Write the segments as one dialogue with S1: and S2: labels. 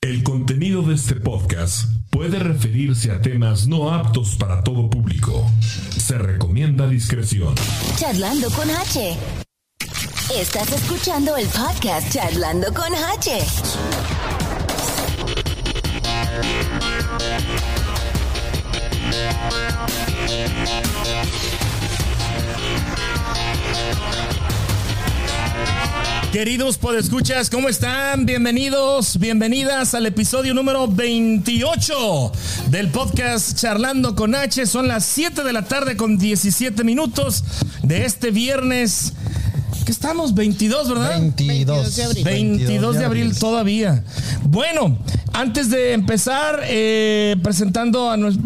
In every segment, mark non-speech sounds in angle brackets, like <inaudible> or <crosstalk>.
S1: El contenido de este podcast puede referirse a temas no aptos para todo público. Se recomienda discreción.
S2: Charlando con H. Estás escuchando el podcast Charlando con H.
S3: Queridos podescuchas, ¿cómo están? Bienvenidos, bienvenidas al episodio número 28 del podcast Charlando con H. Son las 7 de la tarde con 17 minutos de este viernes. ¿Qué estamos? 22, ¿verdad?
S4: 22 de abril.
S3: 22 de abril todavía. Bueno, antes de empezar, eh, presentando a nuestro...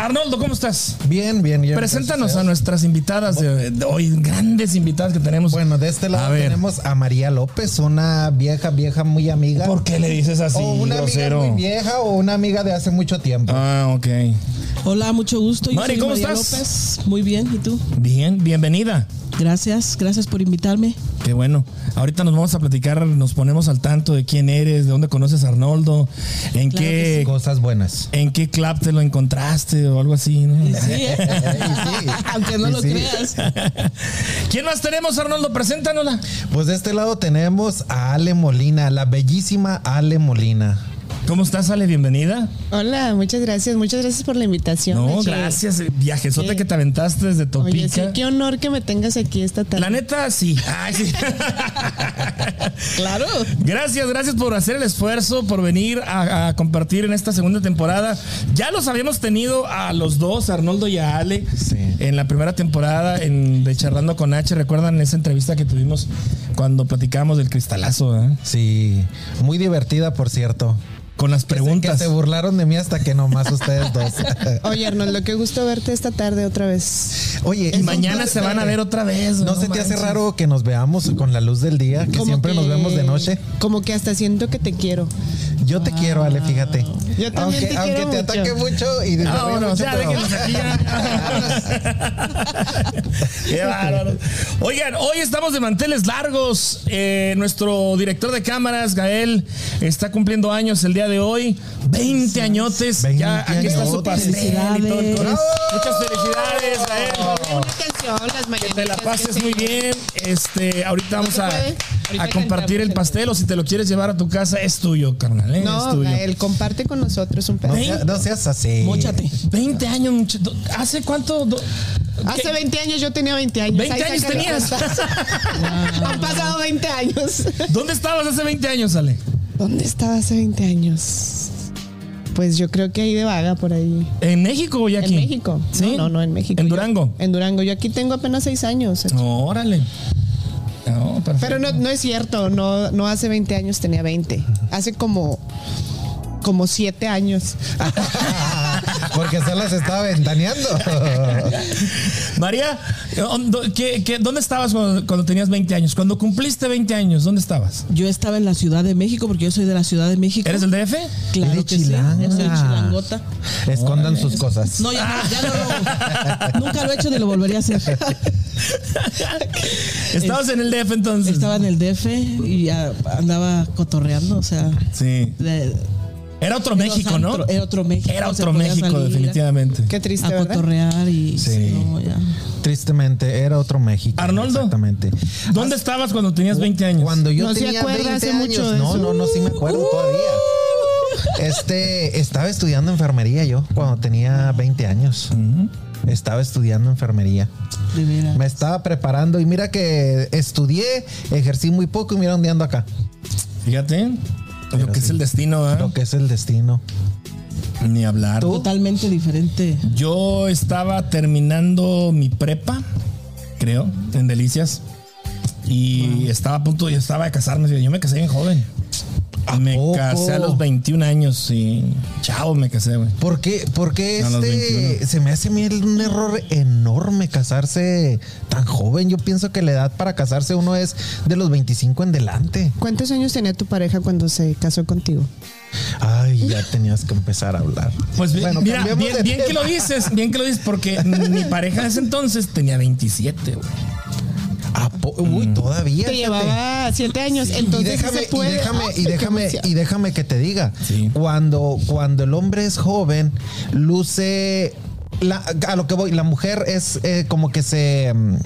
S3: Arnoldo, ¿cómo estás?
S4: Bien, bien, bien.
S3: Preséntanos a nuestras invitadas de, de hoy, grandes invitadas que tenemos.
S4: Bueno, de este
S3: A
S4: lado
S3: ver.
S4: tenemos a María López, una vieja, vieja muy amiga.
S3: ¿Por qué le dices así,
S4: o una
S3: grosero?
S4: amiga muy vieja o una amiga de hace mucho tiempo.
S3: Ah, ok.
S5: Hola, mucho gusto. Yo
S3: Mari,
S5: soy
S3: ¿cómo
S5: María
S3: estás?
S5: López. Muy bien, ¿y tú?
S3: Bien, bienvenida.
S5: Gracias, gracias por invitarme.
S3: Qué bueno. Ahorita nos vamos a platicar, nos ponemos al tanto de quién eres, de dónde conoces a Arnoldo, en
S5: Claro
S3: qué
S4: Cosas buenas.
S3: en qué club te lo encontraste o algo así, ¿no?
S5: Sí, <laughs> ¿eh?
S4: Sí, sí.
S5: aunque no
S4: Sí,
S5: lo
S4: sí.
S5: creas.
S3: <laughs> ¿Quién más tenemos, Arnoldo? Preséntanosla.
S4: Pues de este lado tenemos a Ale Molina, la bellísima Ale Molina.
S3: ¿Cómo estás, Ale? Bienvenida.
S6: Hola, muchas gracias, muchas gracias por la invitación.
S3: No,
S6: Nachi.
S3: gracias. el Viajesote
S6: Sí.
S3: que te aventaste desde
S6: Oye, sí,
S3: Topica.
S6: qué honor que me tengas aquí esta tarde.
S3: La neta, sí. Ay, sí.
S5: Claro.
S3: Gracias, gracias por hacer el esfuerzo, por venir a, a compartir en esta segunda temporada. Ya los habíamos tenido a los dos, a Arnoldo y a Ale,
S4: Sí.
S3: en la primera temporada en, de Charlando con H. ¿Recuerdan esa entrevista que tuvimos cuando platicamos del cristalazo? eh?
S4: Sí, muy divertida, por cierto.
S3: Con las
S4: Que
S3: preguntas.
S4: se burlaron de mí hasta que nomás
S3: <laughs>
S4: ustedes dos.
S6: Oye, Arnoldo, qué gusto verte esta tarde otra vez.
S4: Oye,
S3: Y mañana se van a ver otra vez.
S4: ¿No, se te hace
S3: manches.
S4: raro que nos veamos con la luz del día? Que
S6: Como
S4: siempre nos
S6: que-
S4: vemos de noche.
S6: Como que hasta siento que te quiero.
S4: Yo te quiero, Ale, fíjate.
S6: Ah. Yo también
S4: aunque
S6: te quiero
S4: aunque te
S6: mucho.
S4: ataque mucho y desarrolle
S3: Vámonos,
S4: mucho,
S3: ya,
S4: pero-
S3: déjenos aquí ya. Qué bárbaro. Oigan, hoy estamos de manteles largos. Eh, nuestro director de cámaras, Gael, está cumpliendo años el día de hoy. 20 añotes.
S4: 20
S3: ya, aquí está su
S4: añotes.
S3: pastel y todo el corazón.
S5: Felicidades.
S3: Muchas felicidades, Gael.
S6: Una canción, las mañanitas.
S3: Oh. Te la pases muy bien. Este, ahorita vamos
S6: se
S3: a,
S6: puede. Ahorita
S3: a compartir
S6: cantamos
S3: el
S6: el-
S3: pastel o si te lo quieres llevar a tu casa, es tuyo, carnal. eh, es
S6: No,
S3: tuyo.
S6: Gael, comparte con nosotros un
S4: No,
S6: pedazo.
S4: sea- no seas así.
S5: Móchate.
S3: 20 años, mucho- ¿hace cuánto? Do-
S6: Hace 20 años yo tenía 20 años.
S3: 20
S6: Ahí
S3: años
S6: saca la
S3: tenías. <laughs>
S6: cuenta. Han pasado 20 años.
S3: ¿Dónde estabas hace 20 años, Ale?
S6: ¿Dónde estaba hace 20 años? Pues yo creo que ahí de vaga por ahí.
S3: ¿En México o ya aquí?
S6: ¿En México?
S3: ¿Sí?
S6: No, no, no, en México.
S3: ¿En
S6: Yo-
S3: Durango? Ah.
S6: en Durango. Yo aquí tengo apenas seis años.
S3: Órale. No, perfecto.
S6: Pero no, no es cierto, no, no hace 20 años tenía 20. Hace como, como siete
S3: <laughs>
S6: años.
S4: <laughs> Porque se las estaba
S6: <laughs>
S4: ventaneando.
S3: <laughs> María, ¿dó- qué- qué- ¿dónde estabas cuando, cuando tenías 20 años? Cuando cumpliste 20 años, ¿dónde estabas?
S5: Yo estaba en la Ciudad de México porque yo soy de la Ciudad de México.
S3: ¿Eres del DF?
S5: Claro
S4: Eres
S5: que sí.
S4: chilanga.
S5: Yo soy chilangota.
S4: Escondan sus cosas.
S5: No, ya, ya no lo- Nunca lo he hecho ni lo volvería a hacer.
S3: Estabas en el DF entonces.
S5: Estaba en el DF y ya andaba cotorreando, o sea.
S3: Sí.
S5: de-
S3: Era otro
S5: de los
S3: México, ¿no?
S5: antro- Era otro México.
S3: Era
S5: o sea,
S3: otro
S5: podía
S3: México,
S5: salir
S3: definitivamente.
S6: Qué triste,
S5: A
S6: ¿verdad?
S5: cotorrear y.
S4: Sí.
S5: no, ya.
S4: Tristemente, era otro México.
S3: Arnoldo.
S4: Exactamente.
S3: ¿Dónde estabas cuando tenías 20 años?
S4: Cuando yo
S6: No se
S4: tenía
S6: acuerda
S4: 20
S6: hace
S4: años.
S6: mucho de
S4: no,
S6: eso. Uh.
S4: no, no, sí me acuerdo todavía. Este, estaba estudiando enfermería yo cuando tenía 20 años. Estaba estudiando enfermería.
S5: De veras.
S4: Me estaba preparando y mira que estudié, ejercí muy poco y mira dónde ando acá.
S3: Fíjate. Lo
S4: Pero
S3: que es
S4: sí.
S3: el destino, ¿ah?
S4: Lo que es el destino.
S3: Ni hablar.
S5: Totalmente diferente.
S3: Yo estaba terminando mi prepa, creo, en Delicias. Y estaba a punto, yo estaba de casarme. Yo me casé bien joven. Me
S4: poco?
S3: casé a los 21 años y chao, me casé, güey.
S4: ¿Por qué, por qué
S3: A los
S4: este
S3: 21.
S4: se me hace a mí el- un error enorme casarse tan joven? Yo pienso que la edad para casarse uno es de los 25 en delante.
S6: ¿Cuántos años tenía tu pareja cuando se casó contigo?
S4: Ay, ya tenías que empezar a hablar.
S3: Pues bi-
S4: Bueno,
S3: mira,
S4: cambiemos
S3: bien,
S4: de
S3: bien que
S4: tema.
S3: lo dices, bien que lo dices, porque mi pareja en ese entonces tenía 27, güey. Mm.
S4: ¿A po- Uy, todavía.
S6: Te
S4: fíjate.
S6: llevaba siete años. Entonces
S4: y déjame,
S6: sí se
S4: y
S6: puede.
S4: déjame,
S6: Ay,
S4: y
S6: qué <laughs>
S4: déjame,
S6: emoción.
S4: y déjame que te diga.
S3: Sí.
S4: Cuando, cuando el hombre es joven, luce la- a lo que voy, la mujer es eh, como que se mm,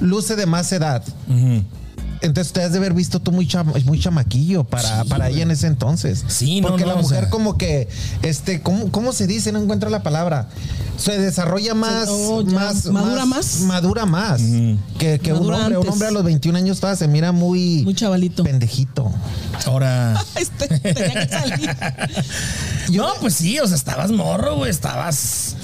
S4: luce de más edad. Entonces te has de haber visto tú muy, chama- muy chamaquillo para, para ella en ese entonces.
S3: Sí, no,
S4: Porque
S3: no,
S4: la
S3: o
S4: mujer
S3: sea.
S4: como que, este, ¿cómo, ¿cómo se dice? No encuentro la palabra. Se desarrolla más,
S5: oh, ya,
S4: más,
S5: madura más.
S4: Madura más. Que, que un
S5: Madura
S4: hombre, un
S5: antes.
S4: hombre a los 21 años todavía se mira muy,
S5: Muy chavalito.
S3: <laughs>
S4: pendejito.
S3: Ahora.
S4: <laughs>
S5: Este, tenía que salir.
S3: no, pues sí, o sea, estabas morro, güey. Estabas.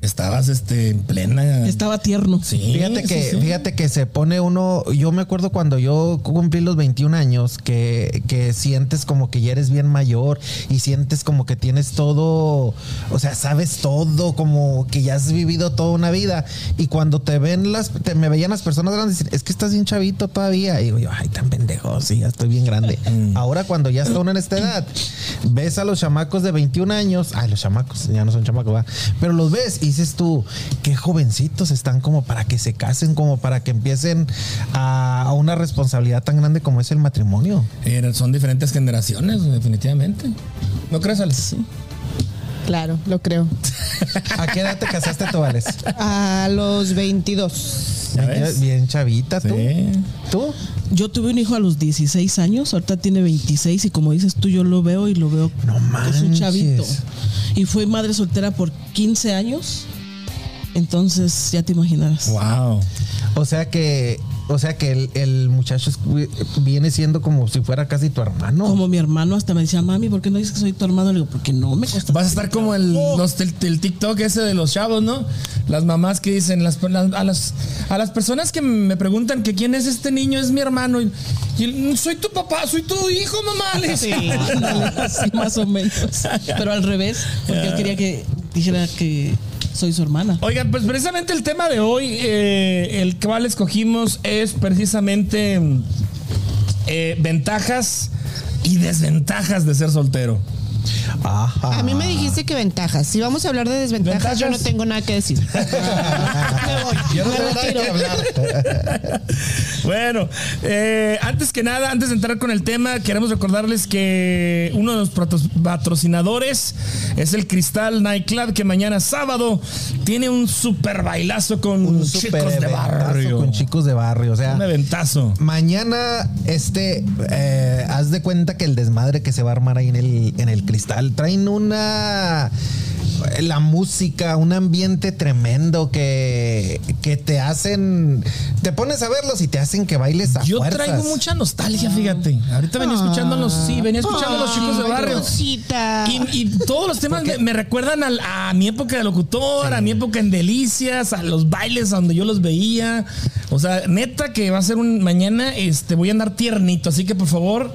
S3: Estabas este, en plena.
S5: Estaba tierno.
S3: Sí,
S4: Fíjate
S3: sí,
S4: que,
S3: sí.
S4: fíjate que se pone uno, yo me acuerdo cuando yo cumplí los 21 años que, que sientes como que ya eres bien mayor y sientes como que tienes todo, o sea, sabes todo, como que ya has vivido toda una vida y cuando te ven las, te- me veían las personas grandes, dicen, es que estás bien chavito todavía y digo yo, ay, tan pendejo, sí, ya estoy
S3: <laughs>
S4: bien grande.
S3: Mm.
S4: Ahora cuando ya está uno en esta edad, ves a los chamacos de 21 años, ay, los chamacos, ya no son chamacos, ¿verdad? pero los ves y dices tú, qué jovencitos están como para que se casen, como para que empiecen a, a una responsabilidad tan grande como es el matrimonio.
S3: Era- Eh, son diferentes generaciones, güey, definitivamente. ¿No crees, Alex?
S6: Claro, lo creo.
S4: ¿A qué edad te casaste tú, Alex?
S6: A los 22.
S3: ¿Ya ves?
S4: Bien chavita, tú.
S3: Sí.
S4: ¿Tú?
S5: Yo tuve un hijo a los 16 años, ahorita tiene 26 y como dices tú, yo lo veo y lo veo
S4: No
S5: es un
S4: manches.
S5: chavito. Y fue madre soltera por 15 años. Entonces, ya te imaginarás.
S3: Wow.
S4: O sea que, o sea que el, el muchacho es- eh, viene siendo como si fuera casi tu hermano.
S5: Como mi hermano hasta me decía, mami, ¿por qué no dices que soy tu hermano? Le digo, porque no me costó.
S3: Vas a estar como el, los- el, el TikTok ese de los chavos, ¿no? Las mamás que dicen, las, las- a, las, a las personas que me preguntan que quién es este niño, es mi hermano. Y, y, soy tu papá, soy tu hijo, mamá. le dice.
S5: Ándale, sí, más o menos. Pero al revés, porque yo quería que dijera que soy su hermana.
S3: <laughs> Oigan, pues precisamente el tema de hoy, eh, el cual escogimos es precisamente mm, eh, ventajas y desventajas de ser soltero.
S4: Ajá.
S6: A mí me dijiste que ventajas. Si vamos a hablar de desventajas, yo no
S3: ¿Ventajas?
S6: tengo nada que decir. me voy.
S4: Yo no
S6: me
S4: tengo nada
S6: retiro.
S4: que hablar.
S3: Bueno, eh, antes que nada, antes de entrar con el tema, queremos recordarles que uno de los patos- patrocinadores es el Cristal Nightclub, que mañana sábado tiene un super bailazo con
S4: Un super
S3: chicos de
S4: eventazo
S3: barrio.
S4: Con chicos de barrio. O sea,
S3: Un eventazo.
S4: Mañana, este, eh, haz de cuenta que el desmadre que se va a armar ahí en el, en el cristal, traen una, la música, un ambiente tremendo que, que te hacen, te pones a verlos y te hacen que bailes a
S3: Yo
S4: fuerzas.
S3: traigo mucha nostalgia, fíjate. Ahorita venía escuchando a los, sí, venía escuchando a los chicos de
S6: Ay,
S3: barrio.
S6: Rosita.
S3: Y, y todos los temas me, me recuerdan al- a, mi época de locutor, a mi época en Delicias, a los bailes donde yo los veía. O sea, neta que va a ser un mañana, este, voy a andar tiernito, así que por favor,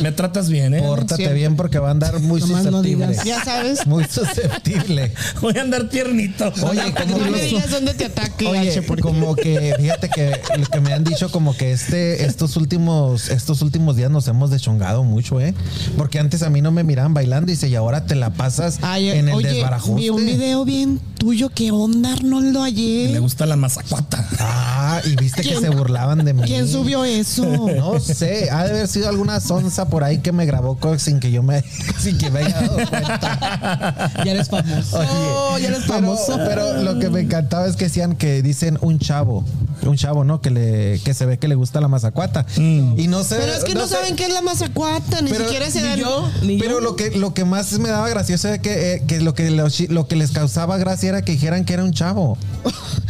S3: me tratas bien, ¿eh?
S4: Pórtate
S6: Siempre.
S4: bien porque va a andar muy
S5: Nomás no
S4: susceptible.
S5: digas.
S6: Ya
S4: <laughs>
S6: sabes.
S4: Muy susceptible.
S3: Voy a andar tiernito.
S4: Oye,
S6: No
S4: como
S6: me
S4: que-
S6: digas dónde te ataque,
S4: Oye,
S6: H, porque- <laughs>
S4: como que fíjate que lo que me han dicho como que este estos últimos estos últimos días nos hemos deschongado mucho, ¿eh? Porque antes a mí no me miraban bailando y dice, "Y ahora te la pasas
S6: Ay,
S4: en el
S6: oye,
S4: desbarajuste."
S6: vi un video bien tuyo. ¿Qué onda, Arnoldo,
S3: Me
S6: ayer?
S3: gusta la mazacuata.
S4: Ah, y viste que se burlaban de mí.
S6: ¿Quién subió eso?
S4: <laughs> No sé, ha de haber sido alguna sonza por ahí que me grabó co- sin que yo me <laughs> sin que me haya
S6: <laughs>
S4: dado cuenta.
S5: Ya eres famoso.
S4: Oye,
S5: ya eres
S4: pero-
S5: famoso.
S4: Pero, lo que me encantaba es que decían que dicen un chavo, un chavo, ¿no? Que le que se ve que le gusta la mazacuata. Y no sé,
S6: Pero es que no,
S4: sé-
S6: saben qué es la mazacuata, ni
S4: Pero-
S6: siquiera se
S5: ni
S6: dan.
S5: yo, ni
S4: Pero
S5: yo.
S4: lo que lo que más me daba gracioso era que, eh, que lo que los chi- lo que les causaba gracia era que dijeran que era un chavo.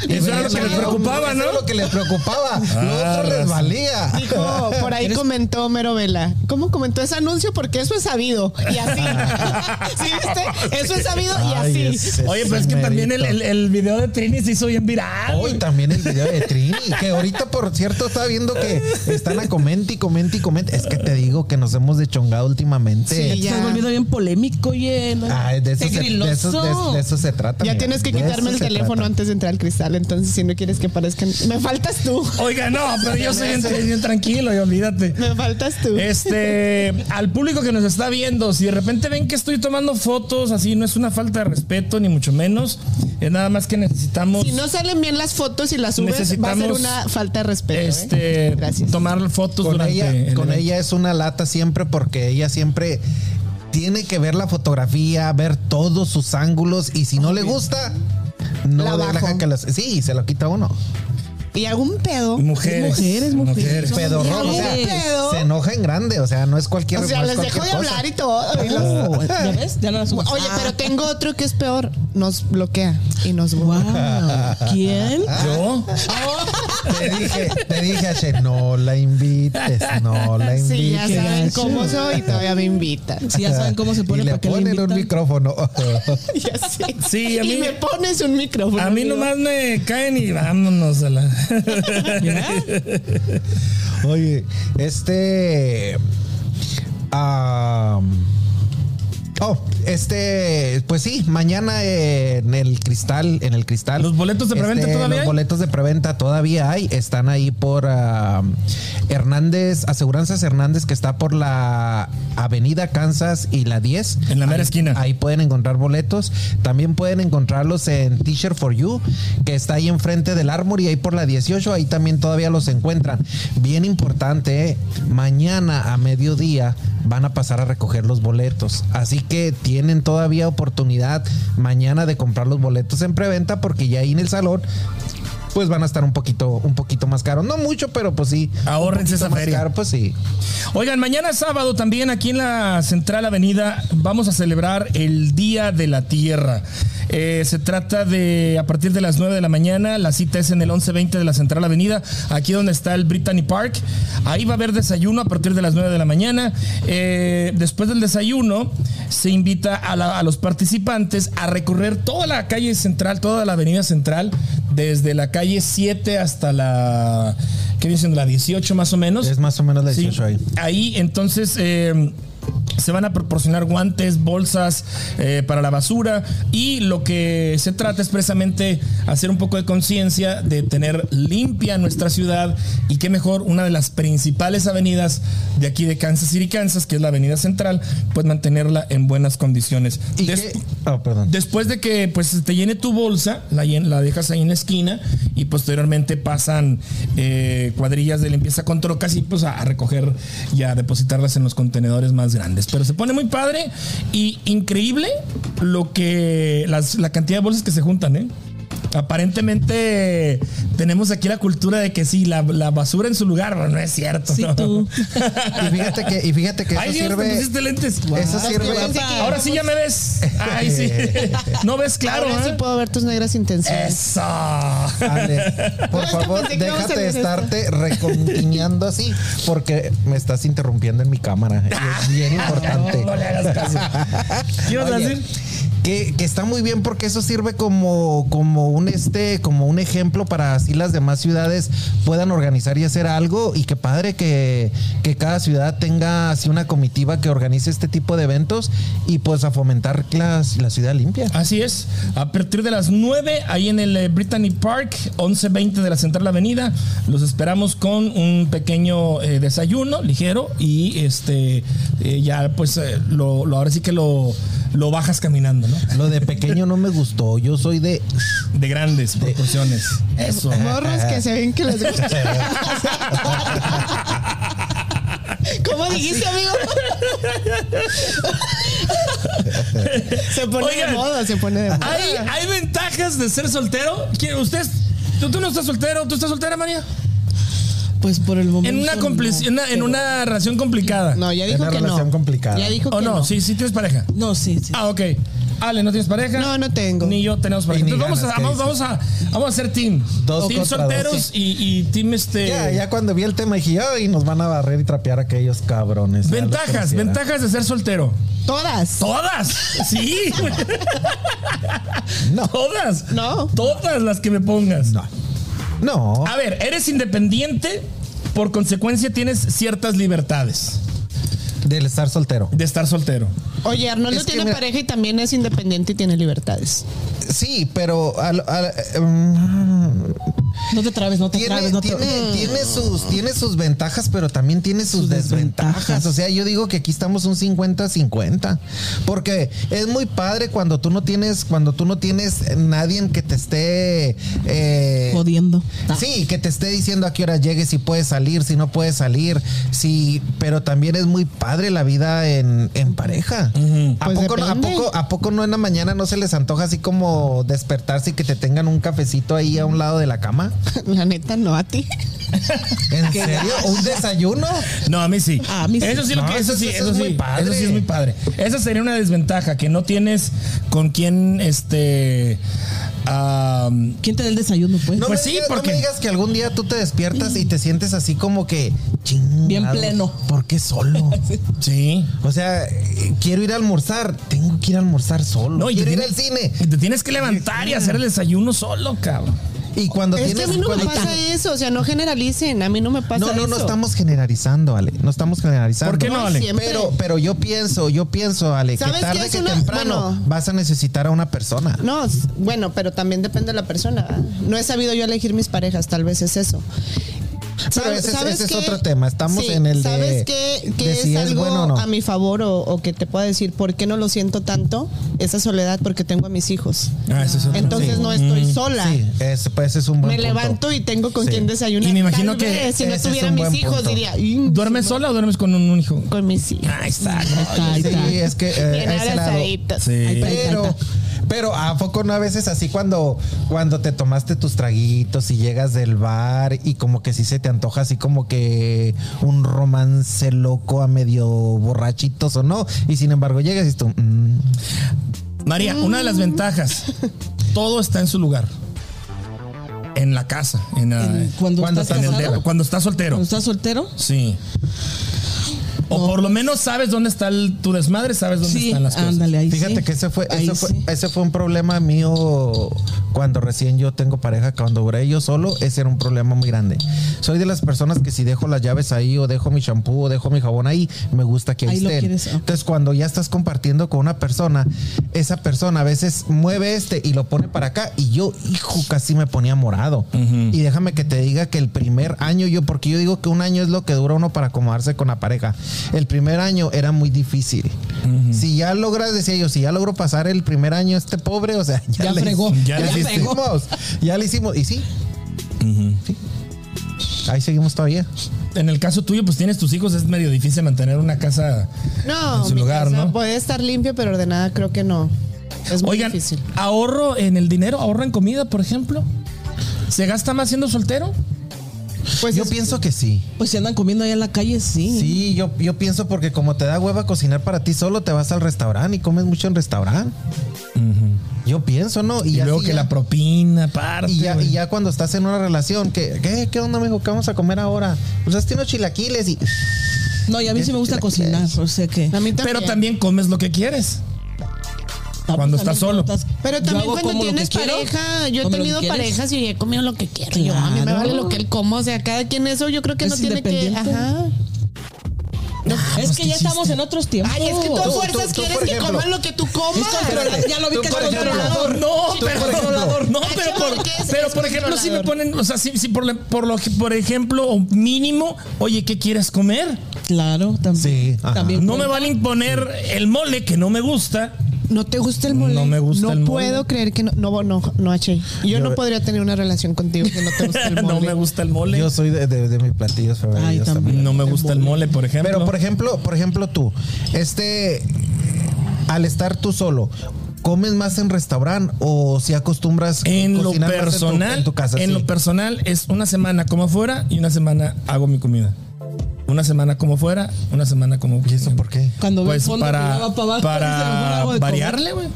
S3: Eso era lo que
S4: Era
S3: les
S4: un-
S3: preocupaba,
S4: eso
S3: ¿no?
S4: era lo que les preocupaba. lo otro les
S3: razón.
S4: valía. <laughs>
S6: Dijo, por ahí comentó Homero Vela. ¿Cómo comentó ese anuncio? Porque eso es sabido.
S4: <laughs>
S6: Y así. ¿Sí viste? Eso es sabido y
S4: Ay,
S6: así.
S4: ese
S3: Oye, pero es que también el, el-
S4: merito.
S3: el video de Trini se hizo bien viral.
S4: Hoy también el video de Trini, que ahorita por cierto está viendo que están a comenta y comenta y comenta. Es que te digo que nos hemos deschongado últimamente.
S5: Sí, ya te
S6: ya.
S5: estás volviendo bien polémico, oye. ¿no?
S4: Ah, de, eso
S5: Qué
S4: se, de,
S5: griloso.
S4: eso, de- de eso se trata.
S6: Ya
S4: mi
S6: tienes que
S4: De eso
S6: quitarme el
S4: se
S6: teléfono
S4: trata.
S6: antes de entrar al cristal. Entonces, si no quieres que parezcan. Me faltas tú.
S3: Oiga, no, pero yo soy bien, bien tranquilo y olvídate.
S6: Me faltas tú.
S3: Este, al público que nos está viendo, si de repente ven que estoy tomando fotos, así no es una falta de respeto, ni mucho menos. Es nada más que necesitamos.
S6: Si no salen bien las fotos y las subes, va a ser
S3: Necesitamos,
S6: una falta de respeto. ¿eh?
S3: Este,
S6: Gracias.
S3: tomar fotos
S4: con
S3: Pues durante
S4: ella,
S3: el
S4: con
S3: evento.
S4: ella es una lata siempre porque ella siempre tiene que ver la fotografía, ver todos sus ángulos y si no le gusta no
S6: La
S4: deja
S6: bajo.
S4: que las sí se lo quita uno.
S6: Y hago un pedo.
S3: Mujeres,
S5: Mujeres, mujeres.
S4: Pedorrón,
S6: Y
S4: o
S6: hago
S5: Diablo,
S6: un
S4: sea,
S5: hombre.
S6: pedo.
S4: se enoja en grande, o sea no es cualquier
S6: O sea,
S4: no es
S6: les dejo de
S4: cualquier cosa.
S6: hablar y todo. y los-
S5: Oh, ¿Ya ves? Ya no la subes.
S6: Oye, pero tengo otro que es peor. Nos bloquea y nos borra.
S5: Ah, wow. ¿Quién?
S3: Yo,
S4: Te dije, te dije a Shane, no la invites, no la invites.
S6: Sí, ya
S5: Qué
S6: saben
S5: gacho.
S6: cómo soy y todavía
S3: <laughs>
S6: me invitan.
S5: Si ya saben cómo se pone
S4: y le
S5: para que le
S4: ponen un
S5: invitan.
S4: micrófono. <laughs>
S6: Ya sé.
S3: Sí, a mí-
S6: y me pones un micrófono.
S3: a
S4: Ah.
S3: mí
S6: amigo.
S3: nomás me caen y vámonos a la. <laughs>
S4: Oye, este. am, oh, este. Pues sí, mañana eh, en el cristal. En el cristal.
S3: ¿Los boletos de preventa
S4: Este,
S3: todavía
S4: Los
S3: hay?
S4: boletos de preventa todavía hay. Están ahí por am, Hernández, Aseguranzas Hernández, que está por la Avenida Kansas y la 10.
S3: En la mera
S4: Ahí-
S3: esquina.
S4: Ahí pueden encontrar boletos. También pueden encontrarlos en T-shirt for You, que está ahí enfrente del Armor y ahí por la 18. Ahí también todavía los encuentran. Bien importante, ¿eh? mañana a mediodía van a pasar a recoger los boletos. Así que tienen todavía oportunidad mañana de comprar los boletos en preventa porque ya ahí en el salón pues van a estar un poquito un poquito más caros. No mucho, pero pues sí. un
S3: Ahórrense
S4: poquito
S3: esa
S4: más
S3: feria.
S4: caro, pues sí.
S3: Oigan, mañana sábado también aquí en la Central Avenida vamos a celebrar el Día de la Tierra. Eh, se trata de a partir de las 9 de la mañana, la cita es en el 1120 de la Central Avenida, aquí donde está el Brittany Park. Ahí va a haber desayuno a partir de las 9 de la mañana. Eh, después del desayuno se invita a, la- a los participantes a recorrer toda la calle central, toda la avenida central, desde la calle 7 hasta la, ¿qué dicen? La 18 más o menos.
S4: Pues, Es más o menos la
S3: Sí,
S4: 18 ahí.
S3: ahí, entonces eh, se van a proporcionar guantes, bolsas eh, para la basura y lo que se trata es precisamente hacer un poco de conciencia de tener limpia nuestra ciudad y qué mejor una de las principales avenidas de aquí de Kansas City, Kansas, que es la avenida central, pues mantenerla en buenas condiciones.
S4: ¿Y
S3: Des-
S4: qué? Oh, perdón.
S3: Después de que pues te llene tu bolsa, la, llen- la dejas ahí en la esquina y posteriormente pasan eh, cuadrillas de limpieza con trocas y pues a, a recoger y a depositarlas en los contenedores más grandes. Pero se pone muy padre y increíble lo que las- la cantidad de bolsas que se juntan, ¿eh? Aparentemente tenemos aquí la cultura de que sí, la, la basura en su lugar, pero no es cierto.
S5: Sí,
S3: ¿no? <laughs>
S5: tú.
S4: Y fíjate que, y fíjate que eso
S3: Ay, Dios, te
S4: sirve.
S3: pusiste lentes.
S4: Eso sirve.
S6: pensé que-
S3: Ahora sí ya me ves. Ay, sí. No ves claro,
S6: Ahora sí
S3: ¿eh?
S6: puedo ver tus negras intenciones.
S3: Eso. <laughs>
S4: Ale, por
S6: No, es que
S4: favor,
S6: pensé que íbamos
S4: déjate
S6: a
S4: de
S6: hacer
S4: estarte reconquiñando así, porque me estás interrumpiendo en mi cámara. Y
S3: <laughs>
S4: es bien importante.
S3: No le hagas caso. ¿Qué ibas a
S4: Oye,
S3: decir?
S4: Que, que está muy bien porque eso sirve como, como un este, como un ejemplo para así las demás ciudades puedan organizar y hacer algo. Y que padre que, que cada ciudad tenga así una comitiva que organice este tipo de eventos y pues a fomentar las- la ciudad limpia.
S3: Así es, a partir de las 9, ahí en el eh, Brittany Park, 11.20 de la Central Avenida, los esperamos con un pequeño eh, desayuno ligero y este eh, ya pues eh, lo, lo- ahora sí que lo, lo bajas caminando, ¿no?
S4: Lo de pequeño no me gustó. Yo soy de.
S3: De grandes proporciones. Eso.
S6: Morros que se ven
S3: <laughs>
S6: que les gusta. ¿Cómo dijiste,
S3: <laughs>
S6: amigo? se pone
S3: Oigan. Ah,
S6: de moda, se pone de moda.
S3: ¿Hay, hay ventajas de ser soltero? ¿Quién- ¿Usted? ¿Tú, tú no estás soltero? ¿Tú estás soltera, María?
S5: Pues por el momento.
S3: En una, compli-
S5: no,
S3: en una- en
S5: pero-
S3: una relación complicada.
S6: No, ya
S4: Es
S6: dijo
S4: una
S6: que
S4: relación
S6: no.
S4: complicada.
S6: Ya dijo
S3: ¿O
S6: que
S3: no?
S6: no.
S3: Sí, sí tienes pareja.
S5: No, sí, sí.
S3: Ah, ok. Ale, ¿no tienes pareja?
S6: No, no tengo.
S3: Ni yo tenemos pareja.
S4: Y ni
S3: Entonces vamos a,
S4: ganas,
S3: vamos,
S4: ¿qué
S3: vamos a, vamos a ser team.
S4: Dos
S3: team
S4: contra
S3: solteros
S4: dos.
S3: y, y team este.
S4: Ya, ya cuando vi el tema dije, ay, nos van a barrer y trapear a aquellos cabrones. Ya los
S3: Ventajas,
S4: conocieron.
S3: ventajas de ser soltero.
S6: Todas.
S3: Todas. Sí.
S4: No.
S3: Todas.
S6: No.
S3: Todas las que me pongas.
S4: No. No.
S3: A ver, eres independiente, por consecuencia tienes ciertas libertades.
S4: Del estar soltero.
S3: de estar soltero.
S6: Oye, Arnoldo
S4: Es que
S6: tiene
S4: mira-
S6: pareja y también es independiente y tiene libertades. <laughs>
S4: Sí, pero al- al- mm,
S5: No te trabes, no te
S4: tiene,
S5: trabes, no te Mm.
S4: tiene- tiene sus, tiene sus ventajas, pero también tiene sus,
S5: Sus
S4: desventajas.
S5: desventajas.
S4: O sea, yo digo que aquí estamos un 50-50. Porque es muy padre cuando tú no tienes, cuando tú no tienes nadie en que te esté eh,
S5: jodiendo. Ah.
S4: Sí, que te esté diciendo a qué hora llegues, si puedes salir, si no puedes salir. Sí, pero también es muy padre la vida en, en pareja. ¿A,
S6: Pues
S4: poco no, ¿a,
S6: depende.
S4: poco, ¿A poco no en la mañana no se les antoja así como despertarse y que te tengan un cafecito ahí a un lado de la cama? <laughs>
S6: La neta, no a ti.
S4: ¿En serio? ¿Un desayuno?
S3: No, a mí sí.
S5: A mí sí.
S3: Eso sí, lo
S4: No,
S3: que, eso
S4: eso-
S3: sí,
S4: eso
S3: eso,
S4: es
S3: sí,
S4: muy padre.
S3: eso sí es muy padre. Esa sería una desventaja, que no tienes con quién, este... am,
S5: ¿Quién te da el desayuno, pues?
S4: No,
S3: Pues
S4: me
S3: sí,
S4: digas, no
S3: porque-
S4: me digas que algún día tú te despiertas y te sientes así como que chingado,
S5: Bien pleno.
S4: ¿Por qué solo?
S3: <laughs> sí.
S4: O sea, eh, quiero ir a almorzar, tengo que ir a almorzar solo.
S3: No, y te
S4: quiero ir
S3: tiene-
S4: al cine.
S3: Y te tienes que levantar y hacer el desayuno solo, cabrón.
S4: Y cuando
S6: Es que
S4: tienes
S6: a mí no me
S4: cuando-
S6: pasa eso. O sea, no generalicen. A mí no me pasa
S4: No,
S6: eso.
S4: no, no estamos generalizando, Ale. No estamos generalizando.
S3: ¿Por qué no,
S6: No,
S3: Ale?
S6: siempre.
S4: Pero, pero yo pienso, yo pienso, Ale, que
S6: ¿Sabes qué?
S4: tarde
S6: Es
S4: que
S6: una-
S4: temprano
S6: bueno.
S4: vas a necesitar a una persona.
S6: No, s- bueno, pero también depende de la persona. ¿verdad? No he sabido yo elegir mis parejas, tal vez es eso.
S4: Pero
S6: Sab-
S4: ese es- ese es
S6: qué?
S4: otro tema, estamos en el de-
S6: ¿Sabes qué, qué
S4: de si
S6: es
S4: es
S6: algo
S4: bueno o no?
S6: a mi favor o, o que te pueda decir por qué no lo siento tanto? Esa soledad porque tengo a mis hijos.
S3: Ah, ese es otro.
S6: Entonces
S4: Sí. Mm,
S6: no estoy sola.
S4: Sí, ese, pues, ese es un buen
S6: Me
S4: punto.
S6: levanto y tengo con
S4: Sí.
S6: quien desayunar.
S3: Y me imagino
S6: Tal
S3: que
S6: vez, si
S4: ese
S6: no
S4: es
S6: tuviera
S4: un
S6: mis
S4: buen
S6: hijos
S4: punto.
S6: diría, "Mm,
S3: ¿Duermes sola o duermes con un, un hijo?
S6: con mis hijos.
S3: Ahí está.
S5: Ahí está, ahí
S4: Sí,
S5: está.
S4: es que eh,
S6: Bien
S4: a ese lado.
S6: abrazaditos.
S3: Sí.
S5: Ahí está, ahí está, ahí
S4: Pero,
S5: está.
S4: pero a poco no a veces así cuando, cuando te tomaste tus traguitos y llegas del bar y como que sí se te antoja así como que un romance loco a medio borrachitos o no. Y sin embargo llegas y tú, mm,
S3: María, una de las ventajas. Todo está en su lugar. En la casa, en, la-
S5: En- cuando
S4: Cuando
S5: estás
S3: en el
S5: casado,
S3: depa, cuando estás soltero.
S5: cuando estás soltero,
S3: Sí. O por lo menos sabes dónde está el- tu desmadre, sabes dónde
S5: sí,
S3: están las cosas.
S5: ándale, ahí
S4: Fíjate
S5: sí.
S4: que ese fue,
S5: Ahí
S4: ese fue,
S5: sí.
S4: ese fue un problema mío cuando recién yo tengo pareja, cuando duré yo solo, ese era un problema muy grande. Soy de las personas que si dejo las llaves ahí o dejo mi shampoo o dejo mi jabón ahí, me gusta que ahí,
S5: Ahí lo
S4: estén.
S5: quieres, ok.
S4: Entonces cuando ya estás compartiendo con una persona, esa persona a veces mueve este y lo pone para acá y yo, hijo, casi me ponía morado. Y déjame que te diga que el primer año yo, porque yo digo que un año es lo que dura uno para acomodarse con la pareja. El primer año era muy difícil. Si ya logras, decía yo, si ya logro pasar el primer año este pobre, o sea, ya,
S5: Ya
S4: le-
S5: fregó,
S3: ya
S4: ya, le
S5: fregó.
S4: hicimos, ya le hicimos. Y sí. Sí. Ahí seguimos todavía.
S3: En el caso tuyo, pues tienes tus hijos, es medio difícil mantener una casa
S6: No,
S3: en su
S6: mi
S3: lugar,
S6: casa
S3: ¿no?
S6: Puede estar limpia, pero ordenada creo que no. Es muy
S3: Oigan, eh,
S6: difícil.
S3: ahorro en el dinero, ahorro en comida, por ejemplo. ¿Se gasta más siendo soltero?
S6: Pues
S4: yo
S6: es-
S4: pienso que sí.
S5: Pues si andan comiendo allá en la calle, sí.
S4: Sí, yo, yo pienso porque como te da hueva cocinar para ti solo, te vas al restaurante y comes mucho en restaurante. Yo pienso, ¿no?
S3: Y,
S4: ya
S3: luego
S4: sí,
S3: que
S4: ya-
S3: la propina, parte.
S4: y ya, y ya cuando estás en una relación, que ¿qué, qué onda, mijo? ¿Qué vamos a comer ahora? Pues hazte unos chilaquiles y...
S5: No, y a mí sí me gusta cocinar, o sea que.
S6: A mí
S3: Pero también comes lo que quieres.
S5: No,
S3: Cuando
S5: pues,
S3: estás
S5: a mí
S3: solo.
S5: estás-
S6: Pero
S5: yo
S6: también
S5: hago
S6: cuando
S5: como lo
S6: tienes
S5: que quiero,
S6: pareja, yo he
S5: como lo que
S6: tenido
S5: quieres.
S6: parejas y he comido lo que quiero. Yo, a mí me
S5: Claro.
S6: vale lo que él coma. O sea, cada quien eso, yo creo que
S5: Es
S6: no tiene que.
S5: independiente.
S6: Ajá.
S5: Es que ya estamos en otros tiempos.
S6: Ay, es que tú a
S4: Tú-
S6: fuerzas
S4: tú- tú,
S6: quieres
S4: por
S6: que
S4: ejemplo.
S6: coman lo que tú
S5: Es
S6: comas.
S5: controlador, ya lo vi
S4: Tú,
S5: que es
S4: por ejemplo.
S5: controlador.
S3: No, pero
S4: Tú, por ejemplo.
S3: controlador, no,
S6: Ay,
S3: pero
S6: qué
S3: por,
S6: bueno que es-
S3: pero
S6: es
S3: por ejemplo, si me
S6: controlador.
S3: ponen, o sea, si, si por, la- por lo que- por ejemplo, o mínimo, oye, ¿qué quieres comer?
S5: Claro, también.
S4: Sí, ajá.
S5: también
S3: No me van a imponer el mole que no me gusta.
S6: No te gusta el mole.
S3: No me gusta
S6: No
S3: el mole.
S6: puedo creer que no. No, no, no, H. Yo, no podría tener una relación contigo que no te guste el mole.
S3: <laughs> no me gusta el mole.
S4: Yo soy de, de- de mis platillos favoritos
S5: Ay,
S4: también.
S5: también.
S3: no me gusta el mole, por ejemplo.
S4: Pero por ejemplo, por ejemplo tú, este, al estar tú solo, ¿comes más en restaurante o si acostumbras
S3: en lo
S4: cocinar más en tu-
S3: personal,
S4: en tu, casa?
S3: en
S4: sí?
S3: lo personal es una semana como afuera y una semana hago mi comida. Una semana como afuera, una semana como
S4: ¿Y eso por qué?
S5: Cuando ve el
S3: Pues
S5: fondo que
S3: para,
S5: ya va para abajo,
S3: para
S5: dice, "Mejor hago de comer".
S3: variarle, güey.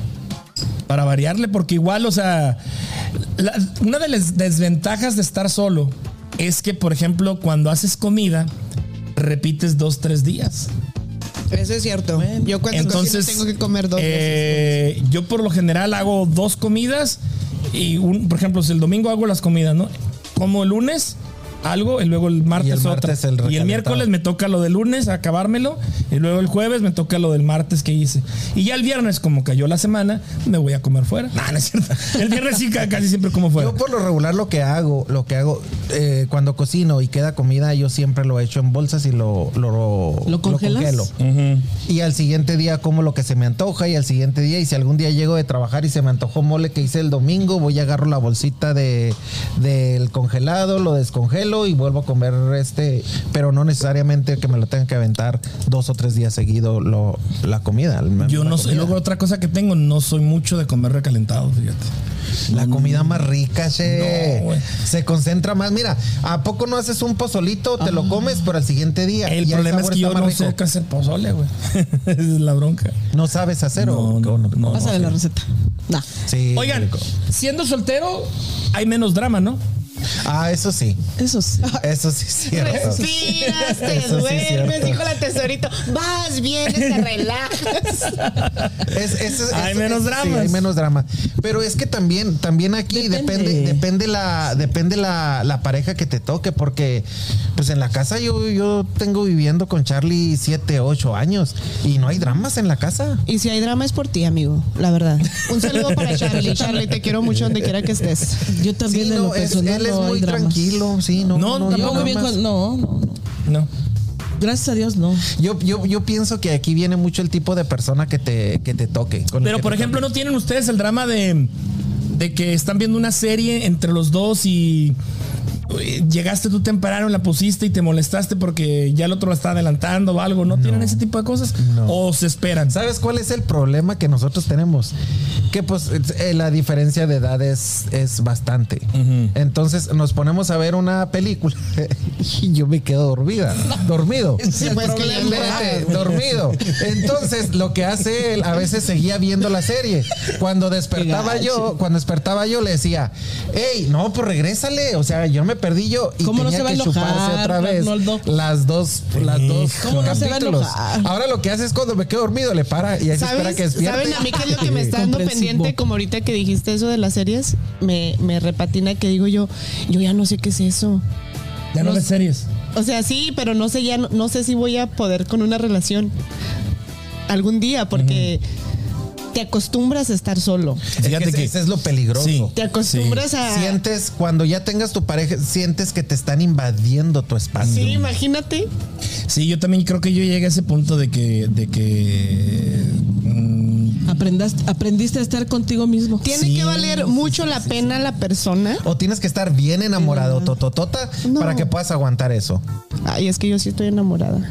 S3: Para variarle, porque igual, o sea, la- una de las desventajas de estar solo es que, por ejemplo, cuando haces comida, repites dos, tres días.
S6: Eso es cierto. yo cuando
S3: Entonces,
S6: cocino tengo que comer dos veces.
S3: eh, yo por lo general hago dos comidas y, un, por ejemplo, si el domingo hago las comidas, ¿no? Como el lunes, algo, y luego el martes,
S4: Y el
S3: otra.
S4: martes el
S3: y el
S4: recalentado.
S3: miércoles me toca lo del lunes, acabármelo, y luego el jueves me toca lo del martes que hice. Y ya el viernes, como cayó la semana, me voy a comer fuera. <laughs> No, no es cierto. El viernes sí ca- casi siempre como fuera.
S4: Yo por lo regular lo que hago, lo que hago eh, cuando cocino y queda comida, yo siempre lo echo en bolsas y lo lo,
S5: ¿Lo congelas?
S4: Y al siguiente día como lo que se me antoja y al siguiente día y si algún día llego de trabajar y se me antojó mole que hice el domingo, voy y agarro la bolsita de del congelado, lo descongelo y vuelvo a comer este, pero no necesariamente que me lo tenga que aventar dos o tres días seguido lo, la comida. la-
S3: Yo
S4: la
S3: no sé.
S4: comida.
S3: Luego otra cosa que tengo, no soy mucho de comer recalentado, fíjate.
S4: La comida más rica, che.
S3: Mm. No, güey.
S4: se concentra más. Mira, ¿a poco no haces un pozolito? Te lo comes, pero al siguiente día.
S3: Ah. El
S4: ya
S3: problema es
S4: sabor
S3: que yo
S4: está
S3: no
S4: más
S3: sé
S4: rico.
S3: qué hacer pozole, güey. <laughs> Esa es la bronca.
S4: No sabes hacer o.
S3: No,
S4: o
S3: no, no,
S5: Pásale la receta. Nah.
S4: Sí.
S3: Oigan, siendo soltero hay menos drama, ¿no?
S4: Ah, eso sí.
S5: Eso sí.
S4: Eso sí es cierto.
S6: <laughs> Respiras, te
S4: Eso sí es
S6: duermes,
S4: cierto.
S6: dijo la tesorito. Vas, vienes, te relajas.
S4: Es- es- es-
S3: Hay
S4: es-
S3: menos
S4: sí,
S3: dramas.
S4: hay menos drama. Pero es que también, también aquí
S5: Depende.
S4: depende, depende, la, depende la, la pareja que te toque, porque pues en la casa yo, yo tengo viviendo con Charlie siete, ocho años y no hay dramas en la casa.
S6: <laughs> Y si hay drama es por ti, amigo, la verdad. Un saludo para Charlie. Charlie, te quiero mucho donde quiera que estés.
S5: Yo también
S4: Sí,
S5: en
S4: no,
S5: lo
S4: es-
S5: personal
S4: él es
S5: no hay
S4: muy
S5: dramas.
S4: tranquilo, sí, no.
S3: No,
S5: Yo
S3: tampoco
S5: muy
S4: dramas.
S5: bien con- no, no, no.
S3: No.
S5: Gracias a Dios, no.
S4: Yo, yo, yo pienso que aquí viene mucho el tipo de persona que te, que te toque. con el
S3: Pero,
S4: que
S3: por
S4: te
S3: ejemplo,
S4: toque.
S3: ¿no tienen ustedes el drama de, de que están viendo una serie entre los dos y eh, llegaste tú temprano, la pusiste y te molestaste porque ya el otro la está adelantando o algo? ¿No, tienen ese tipo de cosas?
S4: No.
S3: ¿O se esperan?
S4: ¿Sabes cuál es el problema que nosotros tenemos? Que pues eh, la diferencia de edad es, es bastante. Entonces nos ponemos a ver una película <laughs> y yo me quedo dormida.
S5: <laughs>
S4: Dormido.
S6: Sí, pues, que ya le-
S4: Espérate, dormido. Entonces, lo que hace él, a veces seguía viendo la serie. Cuando despertaba
S5: Qué gacho.
S4: yo, cuando despertaba yo le decía, hey, no, pues regrésale. O sea, yo me perdí yo y
S5: ¿Cómo no
S4: tenía
S5: se va a
S4: que
S5: enojar,
S4: chuparse otra vez
S5: Arnoldo?
S4: las dos, las dos
S5: ¿Cómo no se va a
S4: capítulos.
S5: enojar?
S4: Ahora lo que hace es cuando me quedo dormido, le para y ahí se espera que
S6: ¿Sabes?
S4: despierte.
S6: ¿Saben a mí qué es lo que me está dando
S5: Comprensivo.
S6: pendiente? Como ahorita que dijiste eso de las series, me, me repatina que digo yo, yo ya no sé qué es eso.
S3: Ya no
S6: no
S3: ves
S6: sé.
S3: series.
S6: O sea, sí, pero no sé ya, no, no sé si voy a poder con una relación algún día, porque te acostumbras a estar solo.
S4: Es
S3: Fíjate
S4: que ese-
S3: que-
S4: ese es lo peligroso.
S3: Sí.
S6: Te acostumbras a.
S4: Sientes, cuando ya tengas tu pareja, sientes que te están invadiendo tu espacio.
S6: Sí, imagínate.
S3: Sí, yo también creo que yo llegué a ese punto de que. De que mm,
S5: Aprendaste, aprendiste a estar contigo mismo.
S6: Tiene que valer mucho la pena la persona.
S4: O tienes que estar bien enamorado, tototota,
S6: No.
S4: para que puedas aguantar eso.
S6: Ay, es que yo sí estoy enamorada.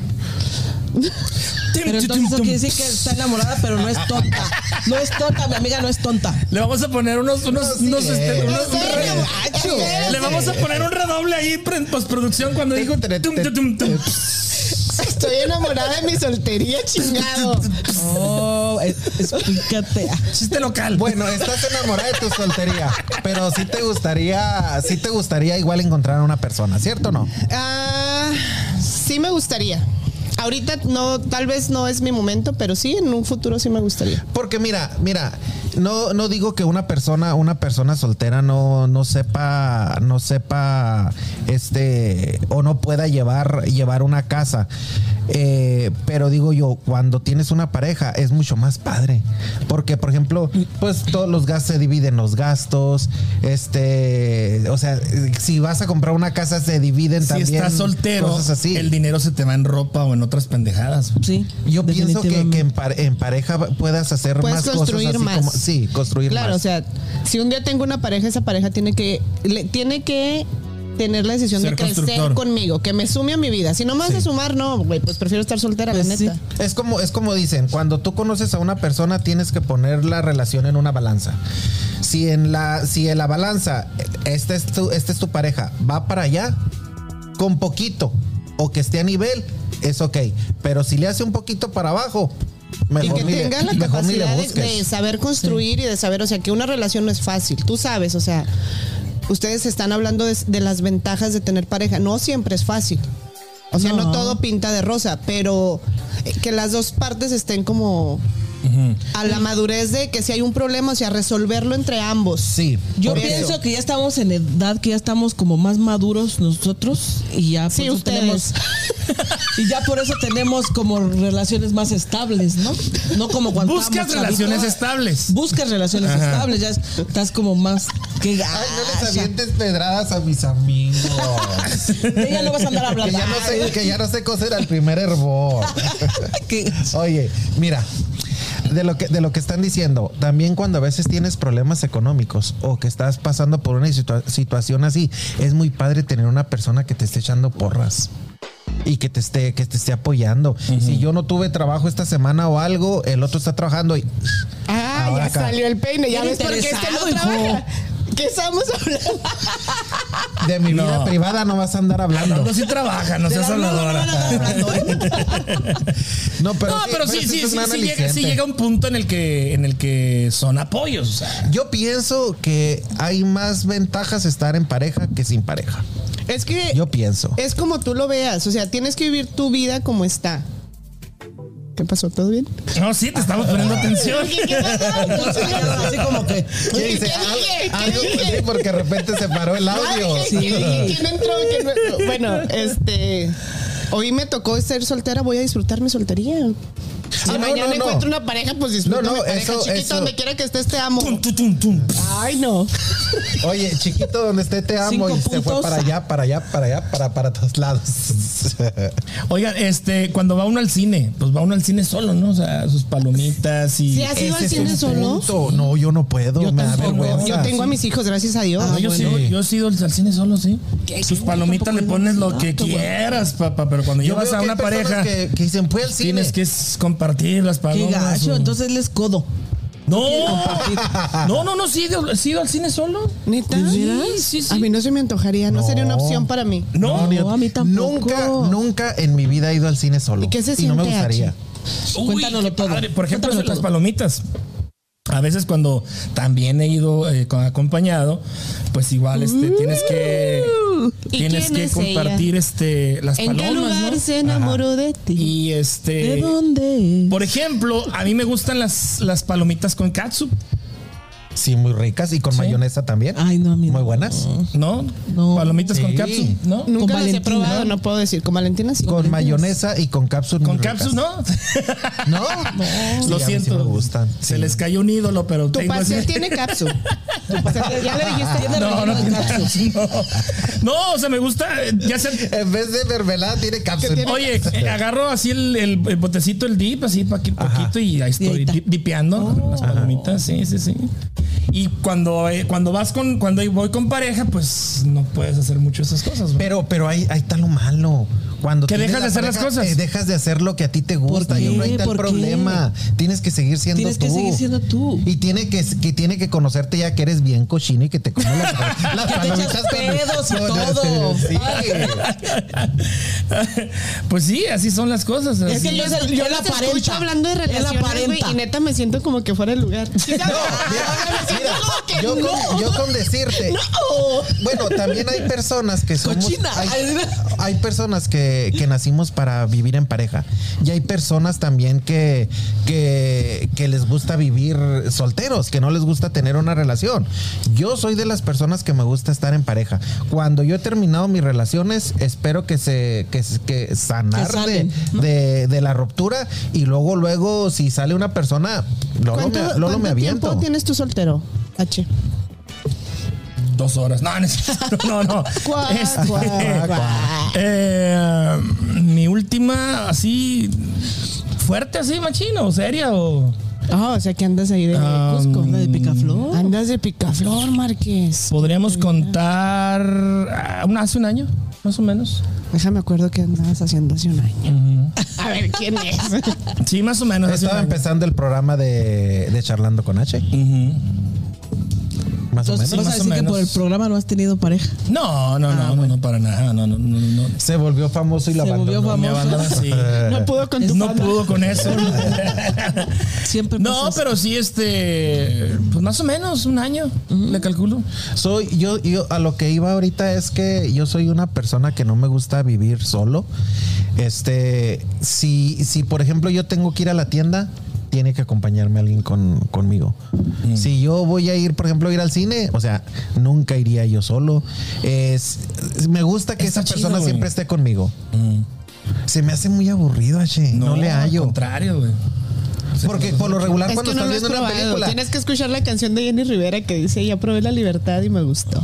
S5: Pero entonces eso quiere decir que está enamorada, pero no es tonta. No es tonta, mi amiga no es tonta.
S3: Le vamos a poner unos. unos, unos, este,
S4: es.
S3: unos-
S6: No sé,
S3: re-
S6: gacho.
S3: le vamos a poner un redoble ahí en postproducción cuando dijo.
S4: Te- te-
S3: tum, tum, tum, tum.
S6: Estoy enamorada de mi soltería, chingado.
S5: Oh, es- explícate.
S3: Chiste local.
S4: Bueno, estás enamorada de tu soltería, pero sí te gustaría, sí te gustaría igual encontrar a una persona, ¿cierto o no?
S6: Ah, sí me gustaría. Ahorita no, tal vez no es mi momento, pero sí, en un futuro sí me gustaría.
S4: Porque mira, mira, no, no digo que una persona, una persona soltera no, no sepa, no sepa, este, o no pueda llevar, llevar una casa. Eh, pero digo yo, cuando tienes una pareja es mucho más padre. Porque, por ejemplo, pues todos los gastos se dividen los gastos. Este, o sea, si vas a comprar una casa, se dividen
S3: si
S4: también.
S3: estás soltero,
S4: cosas así.
S3: el dinero se te va en ropa o en otras pendejadas.
S5: <laughs> Sí.
S4: Yo pienso que, que
S5: definitivamente.
S4: en, pare- en pareja puedas hacer
S6: Puedes
S4: más cosas.
S6: construir
S4: así
S6: más.
S4: como- sí, construir
S6: Claro,
S4: más.
S6: o sea, si un día tengo una pareja, esa pareja tiene que, le- tiene que tener la decisión
S3: Ser
S6: de crecer
S3: constructor.
S6: conmigo, que me sume a mi vida. Si no me vas a sumar, no, güey, pues prefiero estar soltera,
S5: Pues
S6: la
S5: sí.
S6: neta.
S4: Es como, es como dicen, cuando tú conoces a una persona tienes que poner la relación en una balanza. Si en la, si en la balanza, esta es, tu, esta es tu pareja, va para allá con poquito o que esté a nivel, es ok. Pero si le hace un poquito para abajo,
S6: Y
S4: mejor,
S6: que
S4: ni, le-
S6: tenga la
S4: mejor ni le
S6: capacidad de,
S4: busques.
S6: de saber construir y de saber, o sea, que una relación no es fácil, tú sabes, o sea, ustedes están hablando de, de las ventajas de tener pareja, no siempre es fácil. O sea, no.
S5: No.
S6: todo pinta de rosa, pero eh, que las dos partes estén como a la madurez de que si hay un problema, o sea, resolverlo entre ambos.
S4: Sí.
S5: Yo
S6: Por
S5: pienso
S6: eso.
S5: que ya estamos en edad que ya estamos como más maduros nosotros y ya por
S6: Sí,
S5: eso
S6: ustedes.
S5: <laughs> tenemos y ya por eso tenemos como relaciones más estables, ¿no? No como cuando
S3: Buscas
S5: estábamos chavitos.
S3: relaciones estables.
S5: Buscas relaciones
S3: Ajá.
S5: estables, ya es- estás como más que
S4: Ay, no
S6: Ah,
S4: les
S5: gacha. <laughs>
S4: avientes pedradas a mis amigos.
S6: <laughs>
S5: De ella no vas a andar
S4: que,
S5: hablando.
S4: ya no sé, que ya no sé coser al
S3: <laughs>
S4: primer hervor.
S5: <laughs> Que-
S4: Oye, mira, de lo que de lo que están diciendo, también cuando a veces tienes problemas económicos o que estás pasando por una situa- situación así, es muy padre tener una persona que te esté echando porras. Y que te esté, que te esté apoyando. Si yo no tuve trabajo esta semana o algo, el otro está trabajando y
S6: Ah,
S4: Ahora
S6: ya
S4: acá.
S6: salió el peine. Ya
S5: Bien
S6: ves por qué este no
S5: interesado, hijo.
S6: trabaja. ¿Qué estamos hablando?
S4: de mi
S3: No.
S4: vida privada no vas a andar hablando.
S3: No, sí trabaja, no
S5: de
S3: seas
S5: la broma no
S3: habladora.
S5: van a andar hablando, ¿eh?
S4: No, pero,
S3: no, pero sí, sí,
S4: es un
S3: sí,
S4: gran
S3: sí llega, sí
S4: aliciente.
S3: llega un punto en el que, en el que son apoyos. O sea,
S4: Yo pienso que hay más ventajas estar en pareja que sin pareja.
S6: Es que
S4: Yo pienso.
S6: es como tú lo veas. O sea, tienes que vivir tu vida como está. ¿Qué pasó? ¿Todo bien?
S3: no, sí, te estamos poniendo atención.
S5: <laughs> Así como que
S4: Sí,
S6: ¿Qué
S4: dice,
S6: dije?
S4: "Al-
S6: ¿Qué
S4: algo-
S6: dije?
S4: sí, porque de repente se paró el audio.
S6: Ay, ¿quién- quién- quién entró? ¿Quién no? Bueno, este. Hoy me tocó ser soltera, voy a disfrutar mi soltería. Si
S4: Ah, no, no,
S6: mañana
S4: no.
S6: encuentro una pareja, pues disfruto
S4: No, no,
S6: mi pareja.
S4: eso-
S6: Chiquito,
S4: eso.
S6: donde quiera que estés, te amo.
S3: Tum, tum, tum, tum.
S6: Ay, no.
S4: Oye, chiquito, donde esté te amo.
S5: Cinco
S4: Y se fue
S5: puntos.
S4: para allá, para allá, para allá, para, para todos lados.
S3: Oigan, este, cuando va uno al cine, pues va uno al cine solo, ¿no? O sea, sus palomitas y. eh,
S6: Sí, así- ¿Has ido al
S4: Ese es
S6: cine
S4: un
S6: solo?
S4: punto. Ah, No, yo no puedo. me da
S3: tampoco.
S4: vergüenza.
S6: Yo tengo a mis hijos, gracias a Dios.
S3: No, yo,
S4: bueno.
S3: sí, yo sí he ido al cine solo, sí. Sus palomitas le
S5: tampoco
S3: pones
S5: iba al
S3: lo
S5: cine,
S3: que
S5: ah, qué bueno.
S3: quieras, papá, pero cuando
S4: Yo
S3: llevas
S4: veo
S3: a
S4: que
S3: una
S4: hay personas
S3: pareja,
S4: Que, que dicen, fue al cine.
S3: tienes que s- compartir las
S5: qué
S3: palomas.
S5: gacho,
S3: o-
S5: entonces él es codo.
S3: No, no, no, no, sí, he ido- sí he ido al cine solo.
S6: ¿Neta?
S3: Sí, sí, sí.
S6: A mí no se me antojaría, no,
S4: No.
S6: sería una opción para mí.
S3: No,
S5: No, a mí tampoco.
S4: Nunca, nunca en mi vida he ido al cine solo.
S6: ¿Y qué se
S4: no me
S6: siente,
S4: gustaría.
S6: H?
S3: Uy,
S5: Pues Cuéntanoslo
S3: qué
S5: todo.
S3: padre. Por ejemplo,
S5: Cuéntanoslo
S3: las
S5: todo.
S3: palomitas. A veces cuando también he ido eh, con- acompañado, pues igual este, tienes que
S6: ¿Y
S3: tienes
S6: quién
S3: que
S6: es
S3: compartir este las
S6: ¿En qué
S3: palomas,
S6: lugar
S3: ¿no?
S6: se enamoró de ti?
S3: Y
S5: ¿De
S3: este
S5: dónde?
S3: por ejemplo, a mí me gustan las, las palomitas con katsup,
S4: Sí, muy ricas y con mayonesa también.
S5: Ay, no, a mí
S4: Muy
S5: no.
S4: buenas.
S3: ¿no?
S5: No.
S3: Palomitas con
S4: Sí.
S3: katsup, ¿no?
S5: Con
S6: Nunca las he
S5: Valentina.
S6: probado, no puedo decir. Con Valentina sí.
S4: Con mayonesa y con cápsula.
S3: Con
S4: muy ricas.
S3: katsup, ¿no?
S4: No, Sí, a
S3: Lo
S4: mí sí
S3: siento.
S4: me gustan.
S3: Se
S4: Sí.
S3: les cayó un ídolo, pero
S6: Tu
S3: tengo
S6: pastel
S3: ese-
S6: tiene cápsula. ya le dijiste.
S5: Tiene
S3: No,
S5: relleno
S3: no
S5: de
S3: tiene <laughs>
S5: cápsula.
S3: katsup, no. No, o sea, me gusta, eh, ya sea
S4: En vez de mermelada tiene cápsula.
S3: Oye, eh, agarro así el, el- el botecito, el dip, así pa' aquí poquito y ahí
S5: Y ahí
S3: estoy
S5: está.
S3: dip- dipeando las palomitas, sí, sí, sí. Y cuando, eh, cuando vas con, cuando voy con pareja, pues no puedes hacer mucho esas cosas. ¿no? <laughs>
S4: Pero, pero ahí, ahí está lo malo. Cuando
S3: Que
S4: tienes
S3: dejas
S4: la
S3: de hacer las cosas.
S4: eh, dejas de hacer lo que a ti te gusta.
S5: ¿Por
S4: Y
S5: qué?
S4: ahí está el
S5: ¿Por qué?
S4: problema. Tienes que seguir siendo
S5: Tienes
S4: tú.
S5: que seguir siendo tú.
S4: Y tiene que, que tiene que conocerte ya que eres bien cochino y que te comes las, las
S5: Que te
S4: palomitas
S5: echas pedos y todo.
S4: Sí.
S3: pues sí, así son las cosas.
S5: Es
S3: así.
S5: que yo, yo, la
S6: Te
S5: aparenta.
S6: escucho hablando de
S5: Él
S6: relaciones, güey,
S5: aparenta.
S6: y neta me siento como que fuera el lugar.
S4: Mira, yo, con, yo con decirte. Bueno, también hay personas que somos.
S5: Cochina.
S4: Hay, hay personas que, que nacimos para vivir en pareja. Y hay personas también que, que, que les gusta vivir solteros, que no les gusta tener una relación. Yo soy de las personas que me gusta estar en pareja. Cuando yo he terminado mis relaciones, espero que se que, se- que sanar de-
S5: Que sanen, ¿no?
S4: de, de la ruptura. Y luego, luego, si sale una persona, Lolo me, Lolo me aviento.
S6: tiempo tienes tú soltero? H.
S3: Dos horas. No, no, no. no.
S6: Cuá,
S3: Este,
S6: cuá, cuá.
S3: eh, mi última, así fuerte, así, machino, seria o.
S6: Ah, o sea que andas ahí de
S3: Ah,
S6: Cusco.
S5: La de picaflor.
S6: Andas de picaflor, Márquez.
S3: Podríamos contar ah, un- hace un año, más o menos.
S6: Déjame acuerdo que andabas haciendo hace un año. A ver, ¿quién es?
S3: Sí, más o menos. hace un
S4: Estaba
S3: año.
S4: empezando el programa de, de Charlando con H. Más
S5: Entonces
S4: o menos.
S5: vas a
S3: más o
S5: decir que
S3: menos.
S5: por el programa no has tenido pareja.
S3: No, no, no, no, no, para nada. No, no, no, no. no.
S4: Se volvió famoso y la
S5: Se volvió
S4: abandonó. Eh.
S3: Me abandonó
S5: famoso.
S3: así.
S6: No pudo <laughs> con tu
S3: No
S6: fama.
S3: pudo con eso.
S5: Siempre
S3: <laughs> No,
S5: pasa
S3: pero sí, este, pues más o menos un año, le calculo.
S4: Soy yo, yo a lo que iba ahorita es que yo soy una persona que no me gusta vivir solo. Este, si, si por ejemplo yo tengo que ir a la tienda, tiene que acompañarme alguien con, conmigo.
S3: Mm.
S4: Si yo voy a ir, por ejemplo, a ir al cine, o sea, nunca iría yo solo. Es, me gusta que
S3: Está
S4: esa persona
S3: chido, güey. Mm.
S4: siempre esté conmigo. Se me hace muy aburrido, H. No, le
S3: Al
S4: hallo.
S3: contrario, güey.
S4: Porque por lo regular
S6: Es
S4: cuando
S6: que
S4: estás
S6: no lo has
S4: viendo una
S6: probado.
S4: película,
S6: Tienes que escuchar la canción de Jenny Rivera que dice, ya probé la libertad y me gustó.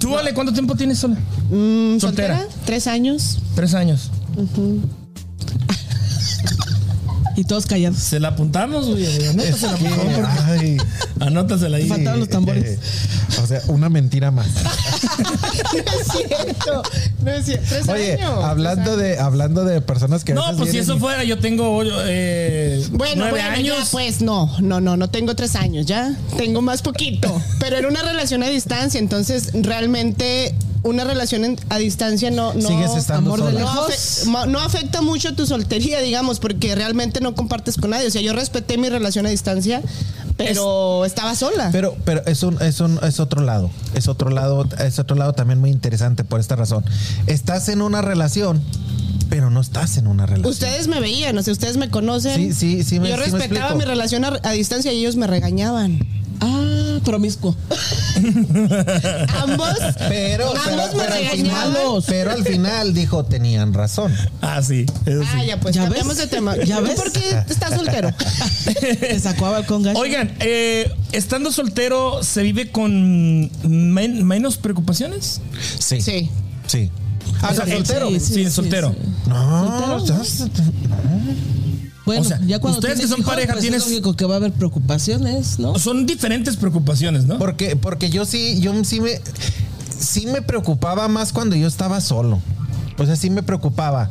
S3: Tú, Ale, ¿cuánto tiempo tienes sola?
S6: Mm,
S3: Soltera.
S6: ¿Soltera? Tres años.
S3: Tres años.
S5: Y todos callados.
S3: Se la apuntamos, güey. Anótasela, por favor.
S4: Ay,
S3: Anótasela ahí.
S5: Faltaban los tambores.
S4: eh, o sea, una mentira <laughs> más.
S6: <laughs> No es cierto. No es cierto. Tres
S4: Oye,
S6: años.
S4: hablando de, hablando de personas que a
S3: No,
S4: veces
S3: pues si
S4: vienen
S3: eso
S4: y-
S3: fuera, yo tengo eh,
S6: Bueno,
S3: nueve
S6: bueno,
S3: años.
S6: ya, pues no, no, no, no tengo tres años, ya tengo más poquito. Pero era una relación a distancia, entonces realmente una relación en- a distancia no, no
S4: Sigues estando
S6: amor de
S4: sola.
S6: lejos, no, afe- ma- no afecta mucho tu soltería, digamos, porque realmente no compartes con nadie. O sea, yo respeté mi relación a distancia, pero estaba sola.
S4: Pero, pero es un, es un, es otro lado. Es otro lado, es otro lado también muy interesante por esta razón. Estás en una relación, pero no estás en una relación.
S6: ustedes me veían, o sea, ustedes me conocen.
S4: Sí, sí, sí me-
S6: Yo
S4: sí me
S6: respetaba
S4: explico.
S6: mi relación a, a distancia y ellos me regañaban.
S5: Ah, promiscuo.
S6: Ambos,
S4: <laughs> Pues, Pero,
S6: ambos
S4: pero,
S6: me
S4: pero al final,
S6: regañaban.
S4: pero al final dijo tenían razón.
S3: Ah, sí. eso sí.
S6: Ah, ya pues,
S5: ¿Ya
S6: cambiamos
S5: ves?
S6: de tema.
S5: ¿Ya
S6: ¿Tú
S5: ves?
S6: ¿Por qué estás soltero?
S5: Te sacó a balcón gacho.
S3: Oigan, eh, estando soltero, ¿se vive con men- menos preocupaciones?
S4: Sí.
S6: Sí.
S4: Sí. Ah, o sea, soltero.
S3: Sí, soltero.
S4: No,
S5: ¿Soltero?
S4: estás-
S5: Bueno,
S3: O sea,
S5: ya cuando
S3: ustedes que
S5: tienes
S3: son
S5: hijos,
S3: pareja,
S5: pues
S3: tienes-
S5: Es lógico que va a haber preocupaciones, ¿no?
S3: Son diferentes preocupaciones, ¿no?
S4: porque, porque yo sí, yo sí me, sí me preocupaba más cuando yo estaba solo. O sea, sí me preocupaba.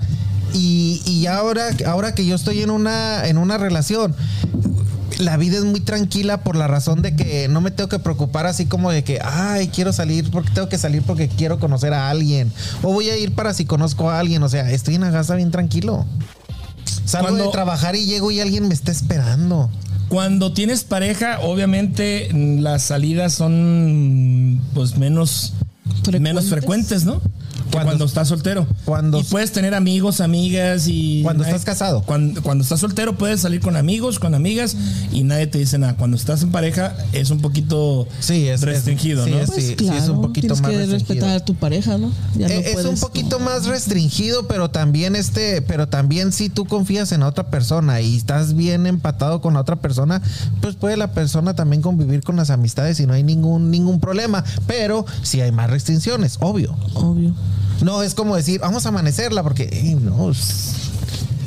S4: Y, y ahora, ahora que yo estoy en una, en una relación, la vida es muy tranquila por la razón de que no me tengo que preocupar así como de que, ay, quiero salir porque tengo que salir porque quiero conocer a alguien. O voy a ir para si conozco a alguien. O sea, estoy en la casa bien tranquilo. Salgo
S3: Cuando-
S4: de trabajar y llego y alguien me está esperando.
S3: Cuando tienes pareja, obviamente mm, las salidas son pues menos
S5: Frecuentes.
S3: menos frecuentes, ¿no? Que Cuando,
S4: Cuando-
S3: estás soltero.
S4: cuando-
S3: y puedes tener amigos, amigas y
S4: Cuando estás casado.
S3: Cuando, cuando estás soltero puedes salir con amigos, con amigas y nadie te dice nada. Cuando estás en pareja es un poquito
S4: Sí, es- es-
S3: restringido,
S4: sí,
S3: ¿no?
S4: es-
S5: Pues
S4: sí, sí,
S5: claro,
S4: es un poquito
S5: tienes
S4: más
S5: que
S4: restringido.
S5: respetar a tu pareja, ¿no? Ya no
S4: Eh, es un
S5: puedes,
S4: poquito más restringido, pero también este, pero también si tú confías en otra persona y estás bien empatado con la otra persona, pues puede la persona también convivir con las amistades y no hay ningún ningún problema, pero si hay más restricciones, obvio.
S5: Obvio.
S4: No es como decir, vamos a amanecerla porque ey, no. pues, s-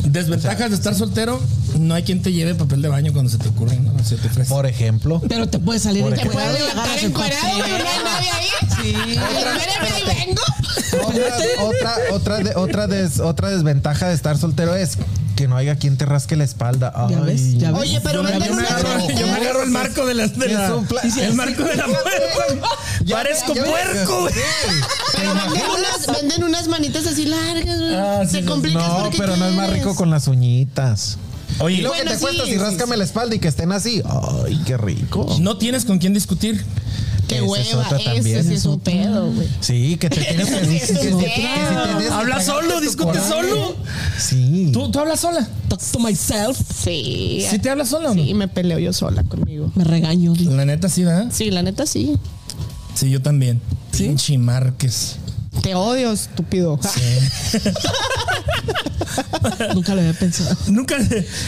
S3: Desventajas de estar soltero, no hay quien te lleve papel de baño cuando se te ocurre, ¿no? Se te ofrece.
S4: Por
S5: <laughs>
S4: ejemplo,
S5: Pero te puedes salir
S4: Por
S5: en
S4: ejemplo.
S5: cuero
S6: Puedes
S5: y agarras
S6: levantar
S5: el
S6: encuerado,
S5: papel.
S6: güey, no hay nadie ahí.
S5: Sí.
S6: Espérame, ahí vengo.
S4: otra otra otra, de- otra, des- otra desventaja de estar soltero es que no haya quien te rasque la espalda.
S5: Ya
S4: Ay,
S5: ves, ya ves.
S6: Oye, pero
S3: Yo me,
S6: venden
S3: yo me
S6: unas
S3: agarro, yo me
S6: revistas.
S3: agarro el marco de la, de la-
S4: Es un pla-
S3: el marco de la <laughs> puerta.
S4: Ya-
S3: Parezco
S4: ya- ya-
S3: puerco, güey.
S6: Pero venden unas, venden unas manitas así largas, güey.
S3: Ah, sí,
S6: Te
S3: sí.
S6: complicas
S4: No,
S6: porque
S4: pero no es más
S6: quieres.
S4: rico con las uñitas. Y
S3: Oye,
S4: lo que
S6: Bueno,
S4: te
S6: sí,
S4: cuestas y
S6: sí,
S4: ráscame la espalda y que estén así. Ay, qué rico.
S3: no tienes con quién discutir.
S6: Qué
S4: Esa es
S6: hueva,
S4: otra
S6: ese
S4: también.
S6: sí es un pedo, güey.
S4: Sí, que te tienes que
S6: <laughs> Sí, es
S4: que- que-
S6: otra.
S4: que si tienes que
S3: Habla
S4: tragarte
S3: solo,
S4: tu
S3: discute
S4: coraje.
S3: solo.
S4: Sí.
S3: ¿Tú, tú hablas sola?
S5: Talk to myself.
S6: Sí.
S3: ¿Sí te hablas sola o no?
S6: Sí, me peleo yo sola conmigo.
S5: Me regaño.
S3: La neta sí, ¿verdad?
S6: Sí, la neta sí.
S3: Sí, yo también.
S5: ¿Sí?
S3: Pinche Márquez.
S6: Te odio, estúpido. <laughs>
S5: Nunca lo había pensado.
S3: Nunca,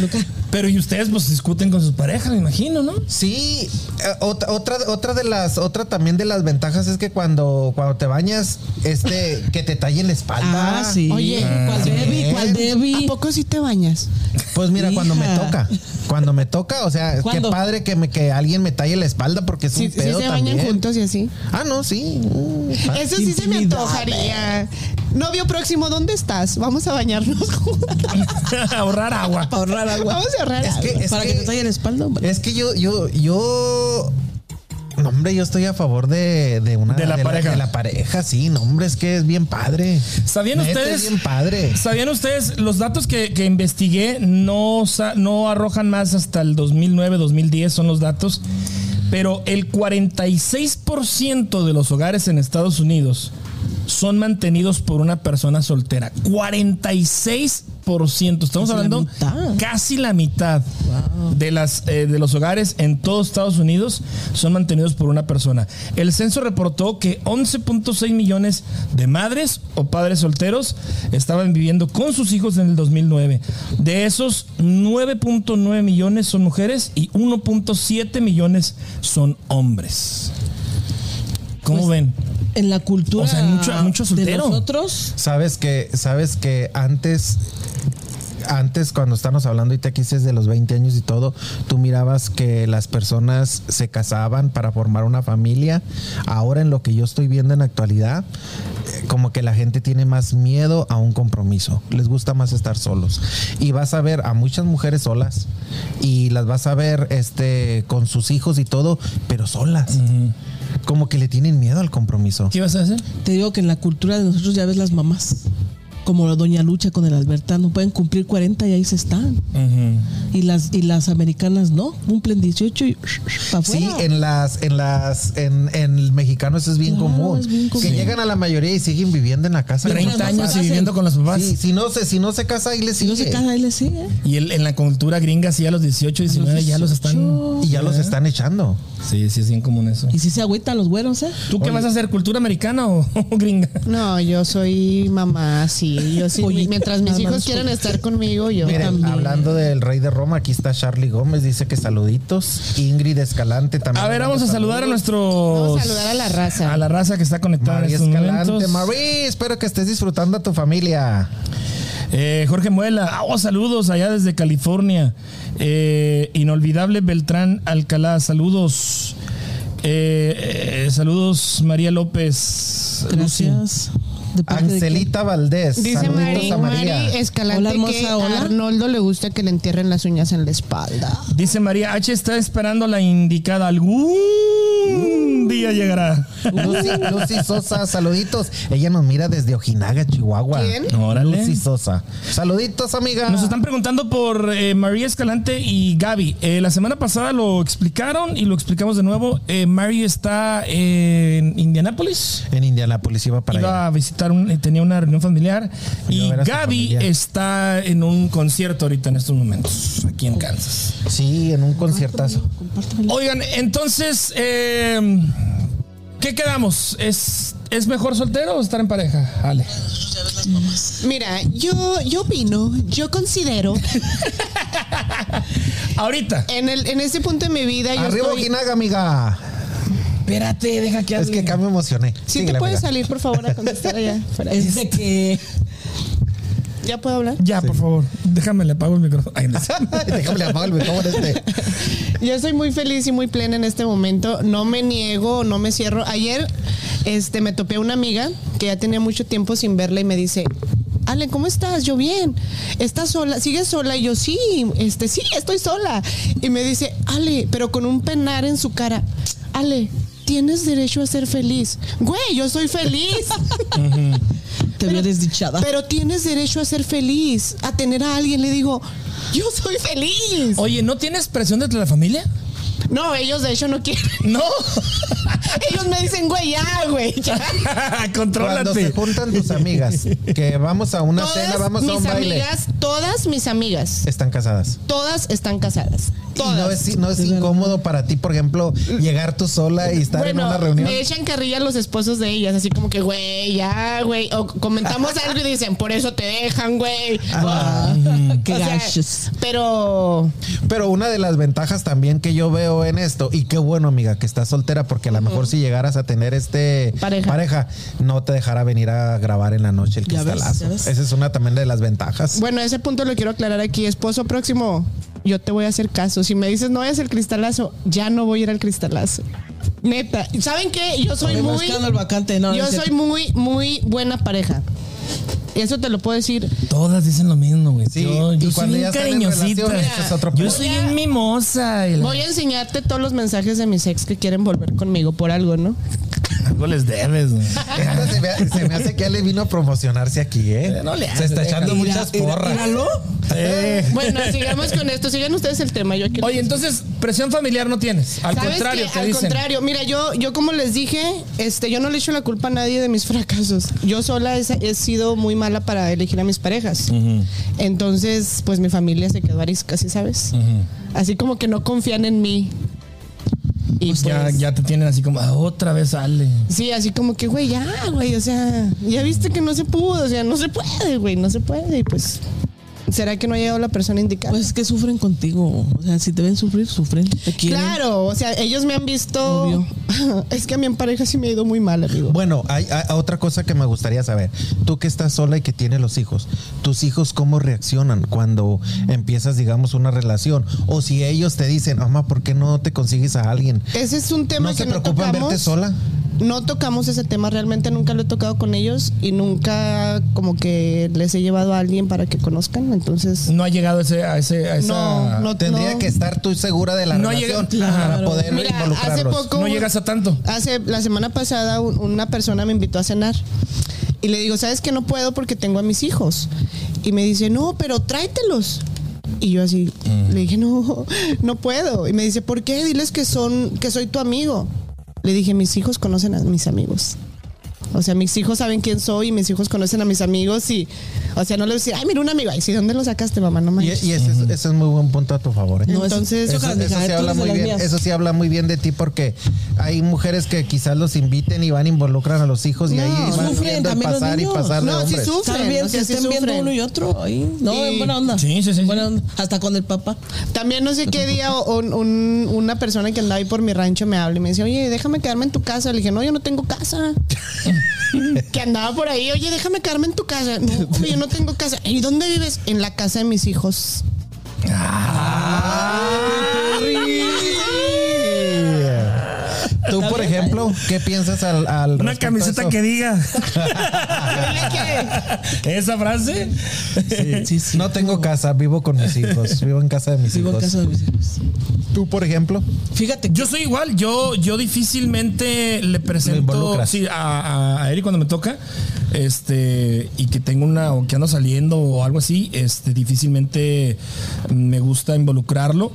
S5: Nunca.
S3: Pero y ustedes pues discuten con sus parejas, me imagino, ¿no? <laughs>
S4: Sí, eh, otra, otra, otra de las, otra también de las ventajas es que cuando, cuando te bañas, este, que te tallen la espalda.
S5: Ah, sí.
S6: Oye,
S5: ¿cuál Debbie? ¿Cuál
S6: ¿A
S5: Debbie?
S6: poco sí te bañas?
S4: Pues mira, cuando me
S5: Hija.
S4: toca, cuando me toca, o sea, qué
S5: ¿Cuándo?
S4: padre que me, que alguien me talle la espalda porque es
S6: Sí,
S4: un
S6: sí se
S4: pedo
S6: bañan
S4: también.
S6: juntos y así.
S4: Ah, no, sí. Mm, padre.
S6: Eso sí se me
S5: Intimidad,
S6: antojaría. Novio próximo, ¿dónde estás? Vamos a bañarnos <laughs> juntos.
S3: Ahorrar agua.
S5: Para ahorrar agua.
S6: Vamos a ahorrar.
S4: Es que-
S5: Para que,
S4: que-
S5: te talle la espalda, hombre.
S4: Es que yo, yo, yo. No, hombre, yo estoy a favor de, de una.
S3: De la pareja.
S4: de la pareja, sí, no, hombre, es que es bien padre.
S3: ¿Sabían
S4: Neta,
S3: ustedes?
S4: Es bien padre.
S3: ¿Sabían ustedes? Los datos que, que investigué no, sa- no arrojan más hasta el 2009, 2010 son los datos. Pero el 46% de los hogares en Estados Unidos son mantenidos por una persona soltera. 46%. Estamos
S5: Casi la
S3: hablando
S5: mitad.
S3: casi la mitad de, las, eh, de los hogares en todo Estados Unidos son mantenidos por una persona. El censo reportó que 11.6 millones de madres o padres solteros estaban viviendo con sus hijos en el 2009. De esos, 9.9 millones son mujeres y 1.7 millones son hombres. ¿Cómo
S5: Pues,
S3: ven?
S5: En la cultura
S3: O sea, mucho- mucho
S5: de
S3: soltero.
S5: nosotros,
S4: Sabes que, sabes que antes, antes cuando estábamos hablando y te quisiste de los 20 años y todo, tú mirabas que las personas se casaban para formar una familia. Ahora en lo que yo estoy viendo en la actualidad, eh, como que la gente tiene más miedo a un compromiso. Les gusta más estar solos. Y vas a ver a muchas mujeres solas y las vas a ver este con sus hijos y todo, pero solas. Como que le tienen miedo al compromiso.
S3: ¿Qué ibas a hacer?
S5: te digo que en la cultura de nosotros ya ves las mamás. Como Doña Lucha con el Albertano, pueden cumplir 40 y ahí se están. Y las y las americanas no, cumplen 18 y para
S4: Sí, en las, en las, en, en el mexicano eso es bien
S5: Claro,
S4: común.
S5: es bien común.
S4: Que
S5: Sí.
S4: llegan a la mayoría y siguen viviendo en la casa. de los
S3: 30
S5: las
S3: años
S5: mamás
S3: y
S5: hacen-
S3: viviendo con los papás.
S4: papás. Sí, si no se, si no se casa y le
S5: si
S4: sigue.
S5: no se casa, ahí le sigue.
S3: Y el- en la cultura gringa, sí, a los 18, 19 ya los están.
S4: Y ya los están echando.
S3: Sí, sí, es bien común eso.
S5: Y si se agüitan los güeros, ¿eh?
S3: ¿Tú qué vas a hacer? ¿Cultura americana o, <laughs> o gringa?
S6: No, yo soy mamá, sí. Yo sí.
S5: Pollito,
S6: mientras mis
S5: nada
S6: hijos
S5: más
S6: quieran
S5: pollito.
S6: estar conmigo, yo.
S4: Miren,
S5: también.
S4: hablando del rey de Roma, aquí está Charlie Gómez, dice que saluditos. Ingrid Escalante también.
S3: A ver, vamos a saludar a nuestros.
S6: Vamos a saludar a la raza.
S3: A la raza que está conectada
S4: María
S3: en estos
S4: Escalante,
S3: momentos.
S4: María, espero que estés disfrutando a tu familia.
S3: Eh, Jorge Muela, oh, saludos allá desde California. Eh, inolvidable Beltrán Alcalá, saludos. Eh, eh, saludos María López. Lucy.
S5: Gracias. De parte de
S4: Angelita Valdés,
S6: Dice
S4: saluditos
S6: Mari,
S4: a María.
S6: Mari Escalante
S5: Hola, hermosa,
S6: que a
S5: hola.
S6: Arnoldo le gusta que le entierren las uñas en la espalda.
S3: Dice María H está esperando la indicada. Algún día llegará.
S4: Lucy, Lucy Sosa, saluditos. Ella nos mira desde Ojinaga, Chihuahua.
S6: ¿Quién?
S3: Órale.
S4: Lucy Sosa. Saluditos, amiga.
S3: Nos están preguntando por eh, María Escalante y Gaby. Eh, la semana pasada lo explicaron y lo explicamos de nuevo. Eh, Mary está eh, en Indianápolis.
S4: En Indianápolis iba para
S3: Iba
S4: allá.
S3: a visitar, un, eh, tenía una reunión familiar.
S4: Iba
S3: Y
S4: a ver a su
S3: Gaby
S4: familia.
S3: está en un concierto ahorita en estos momentos, aquí en Kansas.
S4: Sí, en un conciertazo.
S5: que- Compártemelo.
S3: Oigan, entonces, eh, ¿qué quedamos? ¿Es, ¿Es mejor soltero o estar en pareja? Ale.
S6: Mira, yo, yo opino, yo considero,
S3: Ahorita.
S6: en, el, en este punto de mi vida, yo
S4: Arriba
S6: estoy-
S4: Ojinaga, amiga.
S3: Espérate, deja que
S4: Es que acá me emocioné.
S6: Si
S4: Síguele,
S6: te puedes
S4: amiga.
S6: salir, por favor, a contestar <laughs> allá. fuera.
S5: Es de que
S6: ¿Ya puedo hablar?
S3: Ya, por favor, déjame, le apago el micrófono. Ay,
S4: <laughs>
S3: no sé.
S4: Déjame apagar el micrófono
S3: <laughs>
S4: este.
S6: <laughs> Yo soy muy feliz y muy plena en este momento. No me niego, no me cierro. Ayer este, me topé a una amiga que ya tenía mucho tiempo sin verla y me dice, Ale, ¿cómo estás? Yo bien. ¿Estás sola? ¿Sigues sola? Y yo sí, este, sí, estoy sola. Y me dice, Ale, pero con un penar en su cara. Ale. Tienes derecho a ser feliz. Güey, yo soy feliz.
S5: te
S3: <laughs>
S5: veo desdichada.
S6: pero tienes derecho a ser feliz, a tener a alguien. Le digo, yo soy feliz.
S3: Oye, ¿no tienes presión de la familia?
S6: No, ellos de hecho no quieren.
S3: No. <laughs>
S6: <laughs> Ellos me dicen, güey, ya, güey, ya.
S4: Cuando se
S3: Contrólate.
S4: juntan tus amigas, que vamos a una cena, vamos
S6: mis
S4: a un baile.
S6: amigas, todas mis amigas,
S4: Están casadas.
S6: todas están casadas.
S4: Y no
S6: Todas.
S4: es, no es incómodo para ti, por ejemplo, llegar tú sola y estar en
S6: bueno,
S4: una reunión.
S6: me echan carrilla los esposos de ellas, así como que, güey, ya, güey.
S4: <laughs>
S6: O comentamos algo y dicen, por eso te dejan, güey.
S4: Ah.
S5: Qué
S6: O sea,
S5: gachos.
S6: pero
S4: Pero una de las ventajas también que yo veo en esto, y qué bueno, amiga, que estás soltera, porque a lo mejor si llegaras a tener este
S6: Pareja.
S4: no te dejará venir a grabar en la noche el
S5: Ya ves,
S4: cristalazo.
S5: ya ves.
S4: Esa es una también de las ventajas. <laughs>
S6: bueno, ese punto lo quiero aclarar aquí. Esposo próximo, yo te voy a hacer caso. Si me dices no vayas al cristalazo, ya no voy a ir al cristalazo. Neta, ¿saben qué? Yo soy muy.
S5: Buscando el vacante, no, no
S6: Yo
S5: es
S6: soy
S5: cierto.
S6: muy, muy buena pareja. Eso te lo puedo decir.
S3: Todas dicen lo mismo, güey.
S4: Sí,
S3: yo yo
S4: y
S3: soy
S4: cuando
S3: bien
S4: ya están en
S3: cariñosita.
S4: relación, eso es otro
S3: yo
S4: pedo.
S3: soy bien mimosa. y la-
S5: <laughs>
S6: Voy a enseñarte todos los mensajes de mis ex que quieren volver conmigo por algo, ¿no?
S3: tampoco les debes. güey.
S4: Esta se, me, se me hace que ya le vino a promocionarse aquí, ¿eh?
S3: <laughs> No le
S4: se
S3: haces,
S4: está
S3: deja.
S4: echando muchas
S5: Mira, mira,
S4: porras.
S5: míralo.
S3: Sí.
S6: Bueno, sigamos con esto. Sigan ustedes el tema. Yo aquí.
S3: Oye, entonces, presión familiar no tienes. Al
S6: ¿Sabes
S3: contrario,
S6: qué?
S3: te
S6: Al
S3: dicen.
S6: contrario, mira, yo, yo como les dije, este, yo no le echo la culpa a nadie de mis fracasos. Yo sola he, he sido muy mala para elegir a mis parejas. Entonces, pues mi familia se quedó arisca, ¿sí sabes? Así como que no confían en mí. Y pues,
S3: Ya, ya te tienen así como, "Ah, otra vez sale.
S6: sí, así como que, güey, ya, güey, o sea, ya viste que no se pudo, o sea, no se puede, güey, no se puede. Y pues, ¿será que no ha llegado la persona indicada?
S5: Pues es que sufren contigo. O sea, si te ven sufrir, sufren. Te quieren.
S6: Claro, o sea, ellos me han visto. <laughs> Es que a mí en pareja sí me ha ido muy mal, amigo.
S4: Bueno, hay, hay otra cosa que me gustaría saber. Tú que estás sola y que tienes los hijos, ¿tus hijos cómo reaccionan cuando empiezas, digamos, una relación? O si ellos te dicen, mamá, ¿por qué no te consigues a alguien?
S6: Ese es un tema
S4: ¿No
S6: que
S4: se
S6: no
S4: preocupan
S6: tocamos.
S4: verte sola?
S6: No tocamos ese tema, realmente nunca lo he tocado con ellos y nunca como que les he llevado a alguien para que conozcan, entonces
S3: No ha llegado ese, a ese. A esa,
S6: no, no
S4: Ah, Tendría
S6: no.
S4: que estar tú segura de la
S3: No llega-
S4: relación
S3: Claro.
S4: para poder
S6: Mira, hace
S4: involucrarlos.
S6: poco
S3: no llegas a tanto.
S6: hace la semana pasada un- una persona me invitó a cenar y le digo, "¿Sabes que no puedo porque tengo a mis hijos?" Y me dice, "No, pero tráetelos." Y yo así
S4: Mm.
S6: le dije, "No, no puedo." Y me dice, "¿Por qué? Diles que son que soy tu amigo." Le dije, "Mis hijos conocen a mis amigos." O sea, mis hijos saben quién soy y mis hijos conocen a mis amigos y, o sea, no les decir, ay, mira un amigo, ay, sí, ¿dónde lo sacaste, mamá? No
S4: Y,
S6: manches.
S4: y ese, es, ese es muy buen punto a tu favor. ¿eh?
S5: No, eso-
S6: Entonces-
S5: eso,
S4: Eso,
S5: Carmen,
S4: eso
S5: hija,
S4: sí
S5: tú
S4: habla
S5: eres de
S4: muy
S5: las
S4: bien,
S5: mías.
S4: eso sí habla muy bien de ti porque hay mujeres que quizás los inviten y van, involucran a los hijos y
S6: No,
S4: ahí van
S5: sufren
S4: viendo el
S5: también los
S4: pasar y
S5: niños.
S4: pasar de
S6: No, sí
S4: hombres.
S6: sufren.
S5: Están bien,
S6: o sea,
S5: se
S6: sí
S5: estén viendo
S6: sufren.
S5: uno y otro ahí. No,
S6: Y-
S5: en buena onda.
S3: Sí, sí, sí, sí.
S5: Buena onda. Hasta con el papá.
S6: También no sé qué día o- un- un- una persona que andaba ahí por mi rancho me habla y me dice, oye, déjame quedarme en tu casa. Le dije, no, yo no tengo casa. que andaba por ahí, oye, déjame quedarme en tu casa. No, hombre, yo no tengo casa. ¿Y dónde vives? En la casa de mis hijos.
S4: Tú, por ejemplo, ¿qué piensas al, al
S3: Una
S4: respecto a
S3: camiseta
S4: eso?
S3: que <laughs>
S4: <laughs>
S3: diga.
S6: Dile
S3: ¿Esa frase?
S5: Sí, sí.
S4: No tengo casa, vivo con mis hijos, vivo en casa de mis
S5: Vivo en
S4: hijos.
S5: casa de mis hijos.
S4: Tú, por ejemplo,
S5: Fíjate.
S3: Yo soy igual, yo, yo difícilmente le presento
S4: involucras.
S3: sí, a, a- a Eric cuando me toca, este, y que tengo una, o que ando saliendo o algo así, este, difícilmente me gusta involucrarlo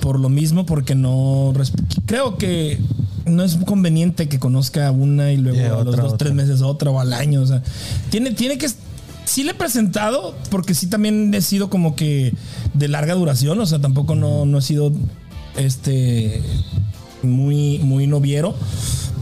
S3: por lo mismo, porque no resp- creo que no es conveniente que conozca a una y luego
S4: Y a
S3: a los
S4: otra,
S3: dos,
S4: otra.
S3: tres meses otra o al año. O sea, tiene, tiene que. Sí le he presentado, porque sí también he sido como que de larga duración. O sea, tampoco no, no he sido este muy, muy noviero.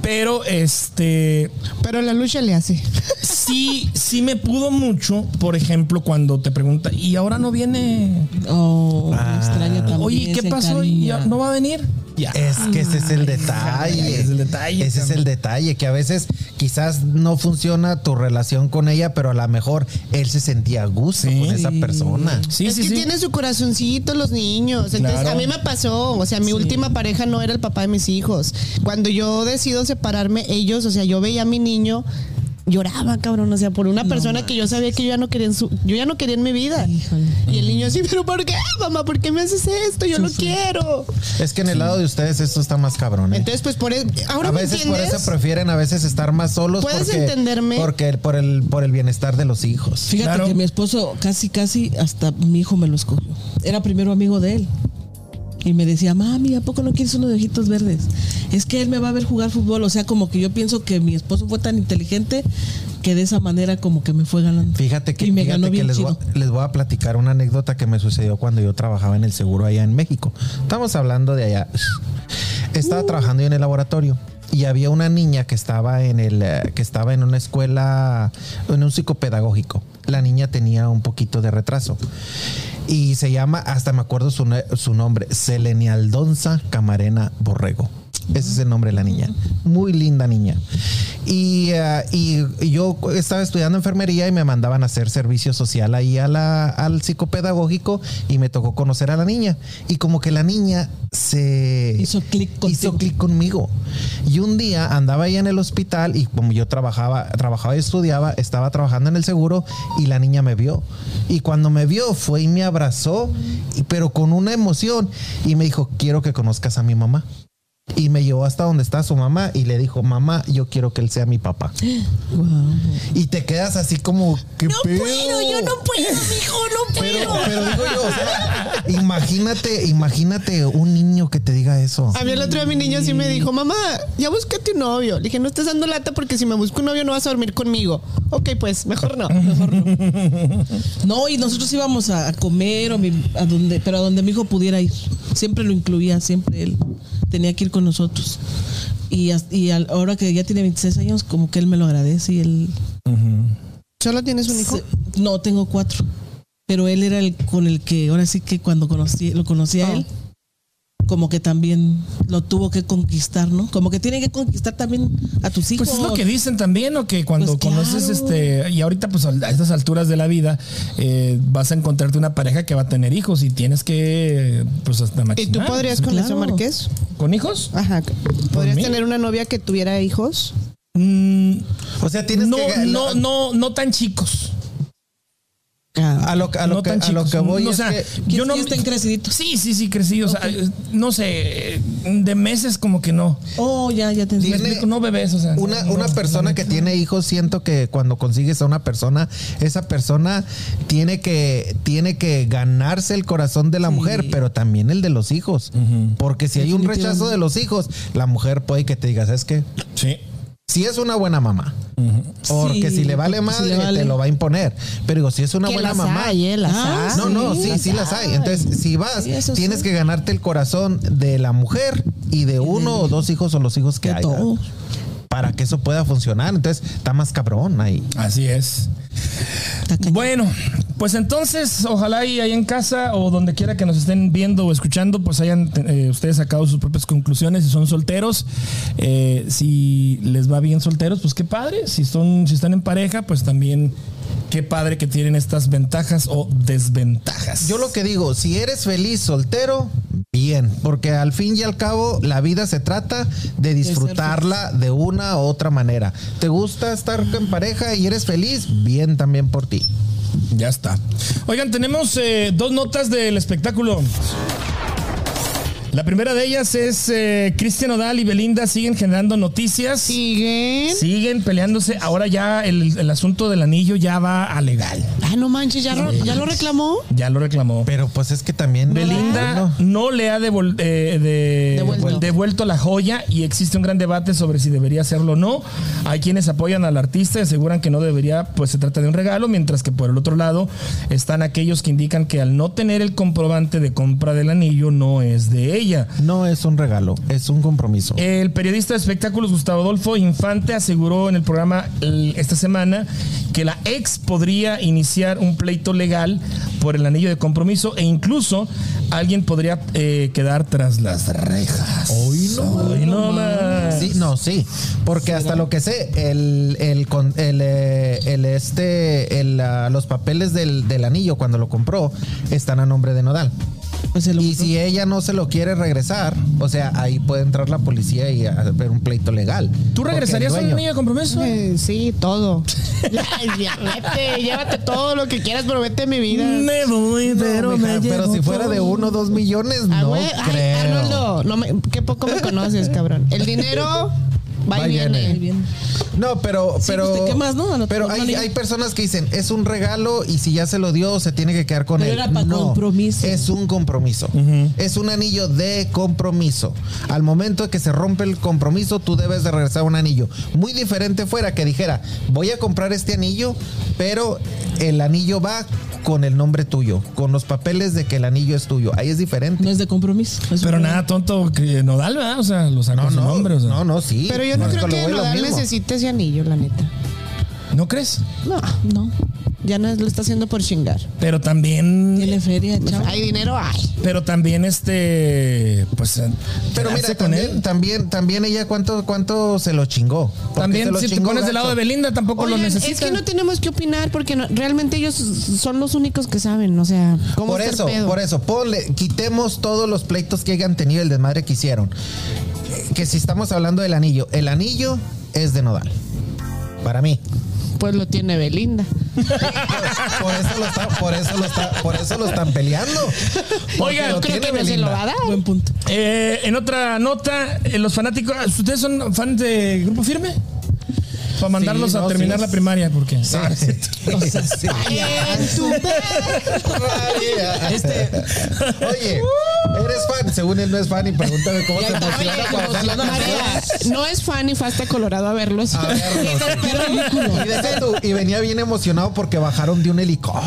S3: Pero este
S6: Pero la lucha le hace.
S3: sí, sí me pudo mucho, por ejemplo, cuando te pregunta, y ahora no viene.
S5: Oh, me extraña también.
S3: Ah. Oye, ¿qué
S5: se
S3: pasó? ¿Y
S5: encariña.
S3: ya no va a venir? Eh, Ya.
S4: es que ese es el detalle.
S3: es el detalle,
S4: Ese es el detalle, que a veces quizás no funciona tu relación con ella, pero a lo mejor él se sentía a gusto
S3: Sí.
S4: con esa
S5: Sí.
S4: persona.
S3: Sí,
S6: es
S3: sí,
S6: que
S3: sí.
S6: tienen su corazoncito los niños. Entonces,
S3: Claro.
S6: a mí me pasó. O sea, mi última pareja no era el papá de mis hijos. Cuando yo decido separarme, ellos, o sea, yo veía a mi niño. Lloraba, cabrón, o sea, por una persona que yo sabía que yo ya no quería en su, yo ya no quería en mi vida.
S5: Híjole.
S6: Y el niño así, pero ¿por qué, mamá? ¿Por qué me haces esto? Yo lo
S5: Sufre.
S6: quiero.
S4: Es que en el lado de ustedes esto está más cabrón. ¿eh?
S6: Entonces, pues por e- ahora
S4: a
S6: me
S4: veces por
S6: entiendes.
S4: eso prefieren a veces estar más solos
S6: ¿Puedes
S4: porque,
S6: entenderme?
S4: porque el- por el por el bienestar de los hijos.
S5: Fíjate
S3: Claro.
S5: que mi esposo casi, casi, hasta mi hijo me lo escogió. Era primero amigo de él. Y me decía, mami, ¿a poco no quieres uno de ojitos verdes? Es que él me va a ver jugar fútbol. O sea, como que yo pienso que mi esposo fue tan inteligente que de esa manera como que me fue ganando.
S4: Fíjate que,
S5: y me
S4: fíjate
S5: ganó
S4: que
S5: bien
S4: les, voy,
S5: chido.
S4: a- les voy a platicar una anécdota que me sucedió cuando yo trabajaba en el seguro allá en México. Estamos hablando de allá.
S5: Uh.
S4: Estaba trabajando yo en el laboratorio y había una niña que estaba en el eh, que estaba en una escuela en un psicopedagógico. La niña tenía un poquito de retraso. Y se llama, hasta me acuerdo su, ne- su nombre, Selenialdonza Camarena Borrego. Ese es el nombre de la niña. Muy linda niña. Y, ah, y- y yo estaba estudiando enfermería y me mandaban a hacer servicio social ahí a la- al psicopedagógico y me tocó conocer a la niña. Y como que la niña se...
S5: Hizo clic
S4: Hizo
S5: contigo.
S4: clic conmigo. Y un día andaba ahí en el hospital y como yo trabajaba, trabajaba y estudiaba, estaba trabajando en el seguro y la niña me vio. Y cuando me vio fue y me abrazó, y- pero con una emoción y me dijo, quiero que conozcas a mi mamá. Y me llevó hasta donde está su mamá y le dijo, mamá, yo quiero que él sea
S2: <gasps>
S4: mi papá.
S5: Wow.
S4: Y te quedas así como, ¿qué
S2: No
S4: pedo?".
S2: puedo, yo no puedo, mijo, no
S4: Pero,
S2: puedo.
S4: pero digo yo, o sea, imagínate, imagínate un niño que te diga eso.
S6: A mí el otro día mi niño sí me dijo, mamá, ya búscate un novio. Le dije, no estés dando lata porque si me busco un novio no vas a dormir conmigo. Ok, pues, mejor no.
S5: No, y nosotros íbamos a, a comer, o mi- a donde, pero a donde mi hijo pudiera ir. Siempre lo incluía, siempre él tenía que ir con nosotros. Y, as- y al- ahora que ya tiene 26 años, como que él me lo agradece y él...
S6: ¿Solo tienes un hijo?
S5: se- no, tengo cuatro. Pero él era el con el que, ahora sí que cuando conocí, lo conocí a
S4: Oh.
S6: Ah.
S5: él, como que también lo tuvo que conquistar, ¿no? Como que tiene que conquistar también a tus hijos.
S3: Pues es lo que dicen también, o que cuando
S5: Pues claro.
S3: conoces este, y ahorita pues al- a estas alturas de la vida, eh, vas a encontrarte una pareja que va a tener hijos y tienes que, pues hasta
S6: ¿Y
S3: maquinar.
S6: tú podrías con
S5: claro.
S6: eso, Marqués?
S3: ¿Con hijos?
S6: Ajá. ¿Podrías
S3: mí?
S6: tener una novia que tuviera hijos?
S3: Mm,
S4: O sea, tienes
S3: no,
S4: que...
S3: no, no, no tan chicos.
S4: A lo, a lo
S3: no
S4: que,
S3: tan
S4: a lo
S3: chicos.
S4: que voy
S3: No, o
S4: es
S3: sea,
S4: que-
S5: yo
S3: yo no...
S5: no estén creciditos.
S3: Sí, sí, sí, crecido. O sea, eh, no sé, eh, de meses como que no.
S5: Oh, ya, ya te
S3: Me
S5: entiendo.
S3: explico, no bebés, o sea.
S4: Una,
S3: no,
S4: una
S3: no,
S4: persona que tiene hijos, siento que cuando consigues a una persona, esa persona tiene que, tiene que ganarse el corazón de la mujer, pero también el de los hijos. Porque si hay un
S5: Definitivamente.
S4: rechazo de los hijos, la mujer puede que te digas, es que
S3: Sí.
S4: si es una buena mamá, porque
S5: Sí,
S4: si le vale
S5: porque si
S4: madre,
S5: le vale.
S4: te lo va a imponer. Pero digo, si es una
S6: Que
S4: buena
S6: las
S4: mamá.
S6: hay, ¿eh? Las
S5: Ah,
S6: hay.
S4: No, no, sí, sí las hay. Entonces, si vas,
S5: Sí, eso
S4: tienes
S5: sí.
S4: que ganarte el corazón de la mujer y de uno o dos hijos o los hijos que
S5: De
S4: hay.
S5: todos.
S4: Para que eso pueda funcionar. Entonces, está más cabrón ahí.
S3: Así es.
S5: Está cañón.
S3: Bueno, pues entonces, ojalá y ahí en casa o donde quiera que nos estén viendo o escuchando, pues hayan eh, ustedes sacado sus propias conclusiones. Si son solteros, eh, si les va bien solteros, pues qué padre. Si son, si están en pareja, pues también qué padre que tienen estas ventajas o desventajas.
S4: Yo lo que digo, si eres feliz soltero, bien, porque al fin y al cabo la vida se trata de disfrutarla de una u otra manera. ¿Te gusta estar en pareja y eres feliz? Bien también por ti.
S3: ya está. Oigan, tenemos eh, dos notas del espectáculo. La primera de ellas es eh, Cristian Odal y Belinda siguen generando noticias.
S6: ¿Siguen?
S3: Siguen peleándose. Ahora ya el, el asunto del anillo ya va a legal.
S6: Ah, no manches, ¿ya, ro- ya lo reclamó?
S3: Ya lo reclamó.
S4: Pero pues es que también...
S3: Belinda
S4: Bueno,
S3: no le ha devol- eh, de-
S6: Devuelto.
S3: devuelto la joya y existe un gran debate sobre si debería hacerlo o no. Hay quienes apoyan al artista y aseguran que no debería, pues se trata de un regalo, mientras que por el otro lado están aquellos que indican que al no tener el comprobante de compra del anillo no es de ella.
S4: no es un regalo, es un compromiso.
S3: El periodista de espectáculos Gustavo Adolfo Infante aseguró en el programa el- esta semana que la ex podría iniciar un pleito legal por el anillo de compromiso e incluso alguien podría eh, quedar tras las rejas. Hoy no, más.
S4: Sí, no, sí, porque hasta lo que sé, el, el, con- el, eh, el este, el, ah, los papeles del, del anillo cuando lo compró están a nombre de Nodal.
S5: Pues se lo
S4: Y si ella no se lo quiere regresar, o sea, ahí puede entrar la policía y ah, hacer un pleito legal.
S3: ¿Tú regresarías
S4: Porque
S3: al
S4: el dueño-
S3: anillo de compromiso?
S6: Eh, sí, <laughs> todo. Ya, ya, vete, llévate todo lo que quieras, pero vete mi vida.
S3: Me voy,
S4: Pero, mija, pero si fuera de uno o dos millones,
S6: Ah,
S4: no
S6: güey, ay,
S4: creo.
S6: Arnoldo, no me- qué poco me conoces, cabrón. El <laughs> dinero va, y viene.
S5: Muy bien.
S4: No, pero,
S5: Sí,
S4: pero,
S5: pues, ¿qué más, no? A lo-
S4: pero
S5: no
S4: hay,
S5: le-
S4: hay personas que dicen es un regalo y si ya se lo dio se tiene que quedar con
S5: Pero
S4: él.
S5: era pa'
S4: No,
S5: compromiso.
S4: Es un compromiso. Es un anillo de compromiso. Al momento de que se rompe el compromiso, tú debes de regresar un anillo. Muy diferente fuera que dijera voy a comprar este anillo, pero el anillo va con el nombre tuyo, con los papeles de que el anillo es tuyo. Ahí es diferente.
S5: No es de compromiso. es
S3: Pero
S5: un-
S3: nada, tonto, que no da, ¿verdad? O sea, lo sacó
S4: No,
S3: su
S4: no,
S3: nombre. o sea.
S4: no, no, sí.
S6: Pero yo no
S4: Marco,
S6: creo
S4: lo
S6: que
S4: voy a lo
S6: Nodal
S4: mismo.
S6: necesite ese anillo, la neta.
S3: ¿No crees?
S6: No, no. Ya no lo está haciendo por chingar.
S3: Pero también
S5: Tiene feria, chavo.
S6: Hay dinero, ay.
S3: Pero también este, pues,
S4: Pero
S3: quedarse
S4: mira,
S3: con
S4: también,
S3: él.
S4: también, también ella cuánto, cuánto se lo chingó. Porque se
S3: También
S4: lo
S3: si te
S4: chingó
S3: pones del
S4: gacho.
S3: lado de Belinda tampoco lo
S6: Oigan,
S3: necesitas.
S6: es que no tenemos que opinar porque no- realmente ellos son los únicos que saben, o sea, cómo
S4: Por
S6: está
S4: eso,
S6: el pedo.
S4: por eso, ponle, quitemos todos los pleitos que hayan tenido el desmadre que hicieron. Eh, Que si estamos hablando del anillo, el anillo es de Nodal. Para mí.
S6: pues lo tiene Belinda.
S4: Por eso lo está- por eso lo está- por eso lo están peleando. Porque
S3: Oigan,
S4: lo
S6: Yo creo
S4: tiene
S6: que no se
S4: Belinda.
S6: lo va a dar.
S5: Buen punto.
S3: Eh, en otra nota, eh, los fanáticos. ¿Ustedes son fans de Grupo Firme? Para mandarlos a
S4: no,
S3: terminar
S4: sí.
S3: la primaria, porque. Ah,
S4: O sea, sí.
S6: En tu
S4: María. Este,
S5: Este,
S4: Oye, eres fan. Según él no es fan y pregúntame cómo
S5: Ya
S4: te
S5: está,
S4: emociona
S5: oye,
S4: cuando
S5: te
S4: están las
S6: María,
S4: canciones.
S6: pues, no es fan y fue hasta Colorado a verlos.
S4: A
S3: <laughs>
S4: verlos. Y deja tú, Y venía bien emocionado porque bajaron de un helicóptero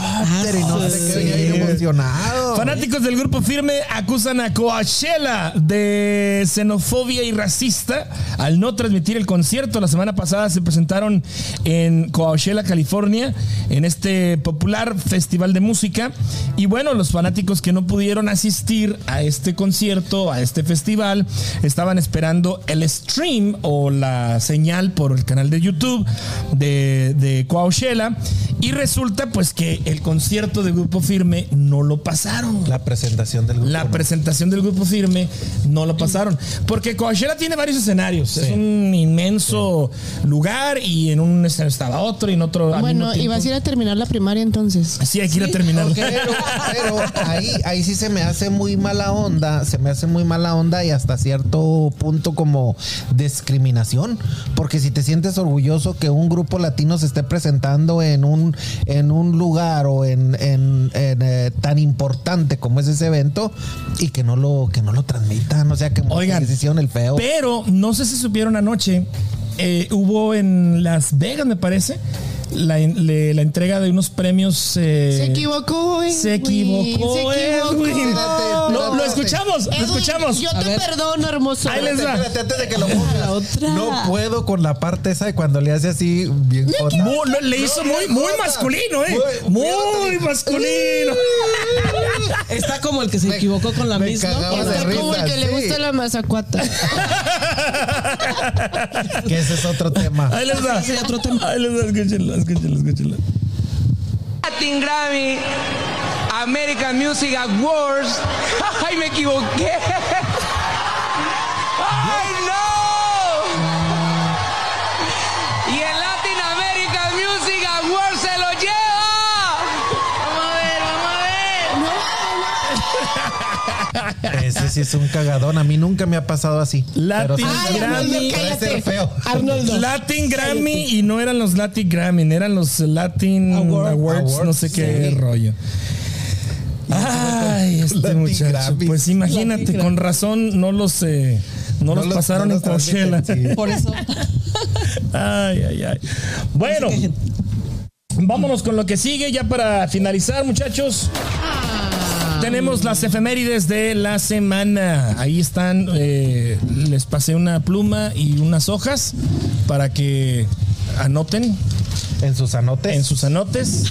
S4: y
S5: Ah,
S4: no sé qué. Venía bien emocionado.
S3: Fanáticos del grupo firme acusan a Coachella de xenofobia y racista al no transmitir el concierto. La semana pasada se presentaron en Coachella, California, en este popular festival de música. Y bueno, los fanáticos que no pudieron asistir a este concierto, a este festival, estaban esperando el stream o la señal por el canal de YouTube de, de Coachella. Y resulta pues que el concierto de Grupo Firme no lo pasaron.
S4: La presentación del grupo.
S3: La
S4: ¿no?
S3: presentación del grupo firme no lo pasaron. Porque Coachella tiene varios escenarios. Es un inmenso lugar y en un escenario estaba otro y en otro. al mismo
S6: Bueno, y
S3: tiempo.
S6: vas a ir a terminar la primaria entonces.
S3: Sí, hay que ir a terminar.
S4: Pero, pero ahí, ahí sí se me hace muy mala onda, se me hace muy mala onda y hasta cierto punto como discriminación, porque si te sientes orgulloso que un grupo latino se esté presentando en un, en un lugar o en, en- en, eh, tan importante como es ese evento y que no lo, que no lo transmitan, o sea que
S3: Oigan,
S4: les hicieron el feo.
S3: Pero no sé si supieron anoche. eh, hubo en Las Vegas, me parece, la, en- le- la entrega de unos premios. eh,
S6: Se equivocó, Edwin.
S3: Se equivocó,
S6: Se equivocó.
S3: Edwin.
S4: Espérate,
S3: Lo, lo
S4: espérate.
S3: escuchamos, lo
S6: Edwin,
S3: escuchamos.
S6: Yo te perdono, hermoso.
S3: Ahí les va.
S4: Espérate, antes de que lo pongas.
S5: La otra.
S4: No puedo con la parte esa de cuando le hace así bien jota.
S3: Mu- lo- le hizo
S4: No,
S3: muy,
S4: no,
S3: muy
S4: no,
S3: masculino, ¿eh?
S4: muy-
S3: Muy,
S4: muy
S3: masculino.
S5: Está como el que se equivocó con la
S4: me
S5: misma.
S4: cagaba de
S6: Está como el
S4: risa,
S6: que le
S4: sí.
S6: gusta la
S3: <laughs>
S6: mazacuata.
S4: Que ese es otro tema.
S3: Ahí les va.
S5: Ese sería otro tema.
S3: Ahí les va, escúchenlo, escúchenlo, escúchenlo.
S7: Latin Grammy American Music Awards. <laughs> ¡Ay, me equivoqué! <laughs> ¡Ay, no! Y el Latin American Music Awards se lo lleva. Vamos a ver, vamos a ver.
S4: Ese sí es un cagadón. A mí nunca me ha pasado así.
S3: Latin
S4: Pero
S6: Ay,
S3: Grammy.
S6: Arnoldo,
S4: Puede
S6: cállate.
S4: ser feo.
S6: Arnoldo.
S3: Latin Grammy y no eran los Latin Grammy, eran los Latin
S5: Award.
S3: Awards, no sé qué
S4: sí.
S3: rollo. Ay, este
S4: Latin
S3: muchacho.
S4: Grammys.
S3: Pues imagínate,
S5: Latin
S3: con razón no los eh, no, los, pasaron
S4: no
S3: en
S4: los transmiten,
S3: Coachella.
S4: sí.
S5: Por eso.
S3: <laughs> Ay, ay, ay. Bueno, vámonos con lo que sigue ya para finalizar, muchachos. Tenemos las efemérides de la semana. Ahí están. eh, les pasé una pluma y unas hojas para que anoten
S4: En sus anotes.
S3: en sus anotes.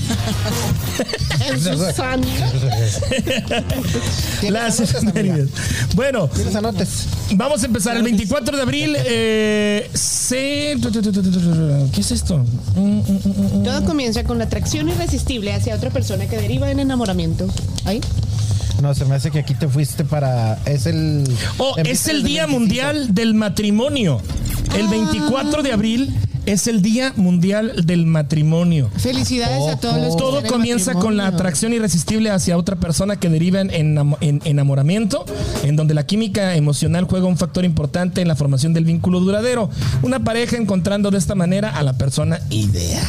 S6: En sus años.
S4: ¿Tienes
S3: Las
S4: anotes, amiga?
S3: efemérides. Bueno,
S4: Tienes anotes.
S3: Vamos a empezar el 24 de abril. Eh, se... ¿Qué es esto? Mm,
S6: Todo comienza con la atracción irresistible hacia otra persona que deriva en enamoramiento. Ahí.
S4: No, se me hace que aquí te fuiste para. Es el.
S3: Oh, es
S4: empieza
S3: el
S4: desde
S3: Día
S4: 25.
S3: Mundial del Matrimonio. El 24 de abril es el Día Mundial del Matrimonio.
S6: Felicidades a todos los que
S3: Todo
S6: están en
S3: comienza con la
S6: matrimonio.
S3: atracción irresistible hacia otra persona que deriva en, enamo- en enamoramiento, en donde la química emocional juega un factor importante en la formación del vínculo duradero. Una pareja encontrando de esta manera a la persona ideal.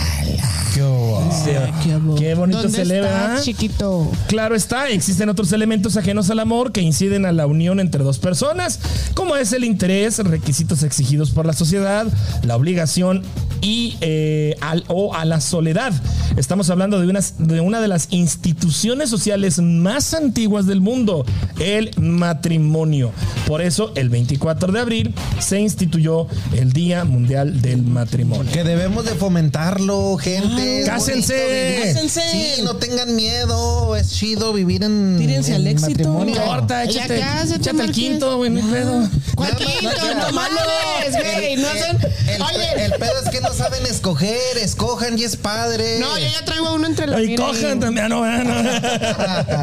S4: Qué bobo.
S3: Ah. Qué bonito
S6: ¿Dónde
S3: se le ve. ¿eh?
S6: estás,
S3: ¿verdad?
S6: chiquito?
S3: Claro está, existen otros elementos ajenos al amor que inciden a la unión entre dos personas, como es el interés, requisitos exigidos por la sociedad, la obligación y eh, al- o a la soledad. Estamos hablando de, unas, de una de las instituciones sociales más antiguas del mundo, el matrimonio. Por eso, el 24 de abril se instituyó el Día Mundial del Matrimonio.
S4: Que debemos de fomentarlo, gente. Es
S3: ¡Cásense!
S4: bonito vivir.
S5: Cásense.
S4: Sí, no tengan miedo. Es chido vivir en.
S5: Tírense
S4: en
S5: al éxito.
S4: matrimonio.
S5: No
S3: Corta,
S6: Ya
S3: échate,
S6: cásate,
S3: échate el
S6: Marqués.
S3: quinto, güey, no hay pedo.
S6: ¿Cuál
S4: Nada más-
S6: quinto?
S4: nada
S6: No
S4: más-
S6: mames, güey. No son.
S4: El,
S6: Oye,
S4: el pedo es que no saben escoger. Escojan y es padre.
S6: no, yo ya traigo uno entre los.
S3: Ay,
S6: mira,
S3: cojan
S6: ahí.
S3: también. Ah, no, ah, <laughs> no.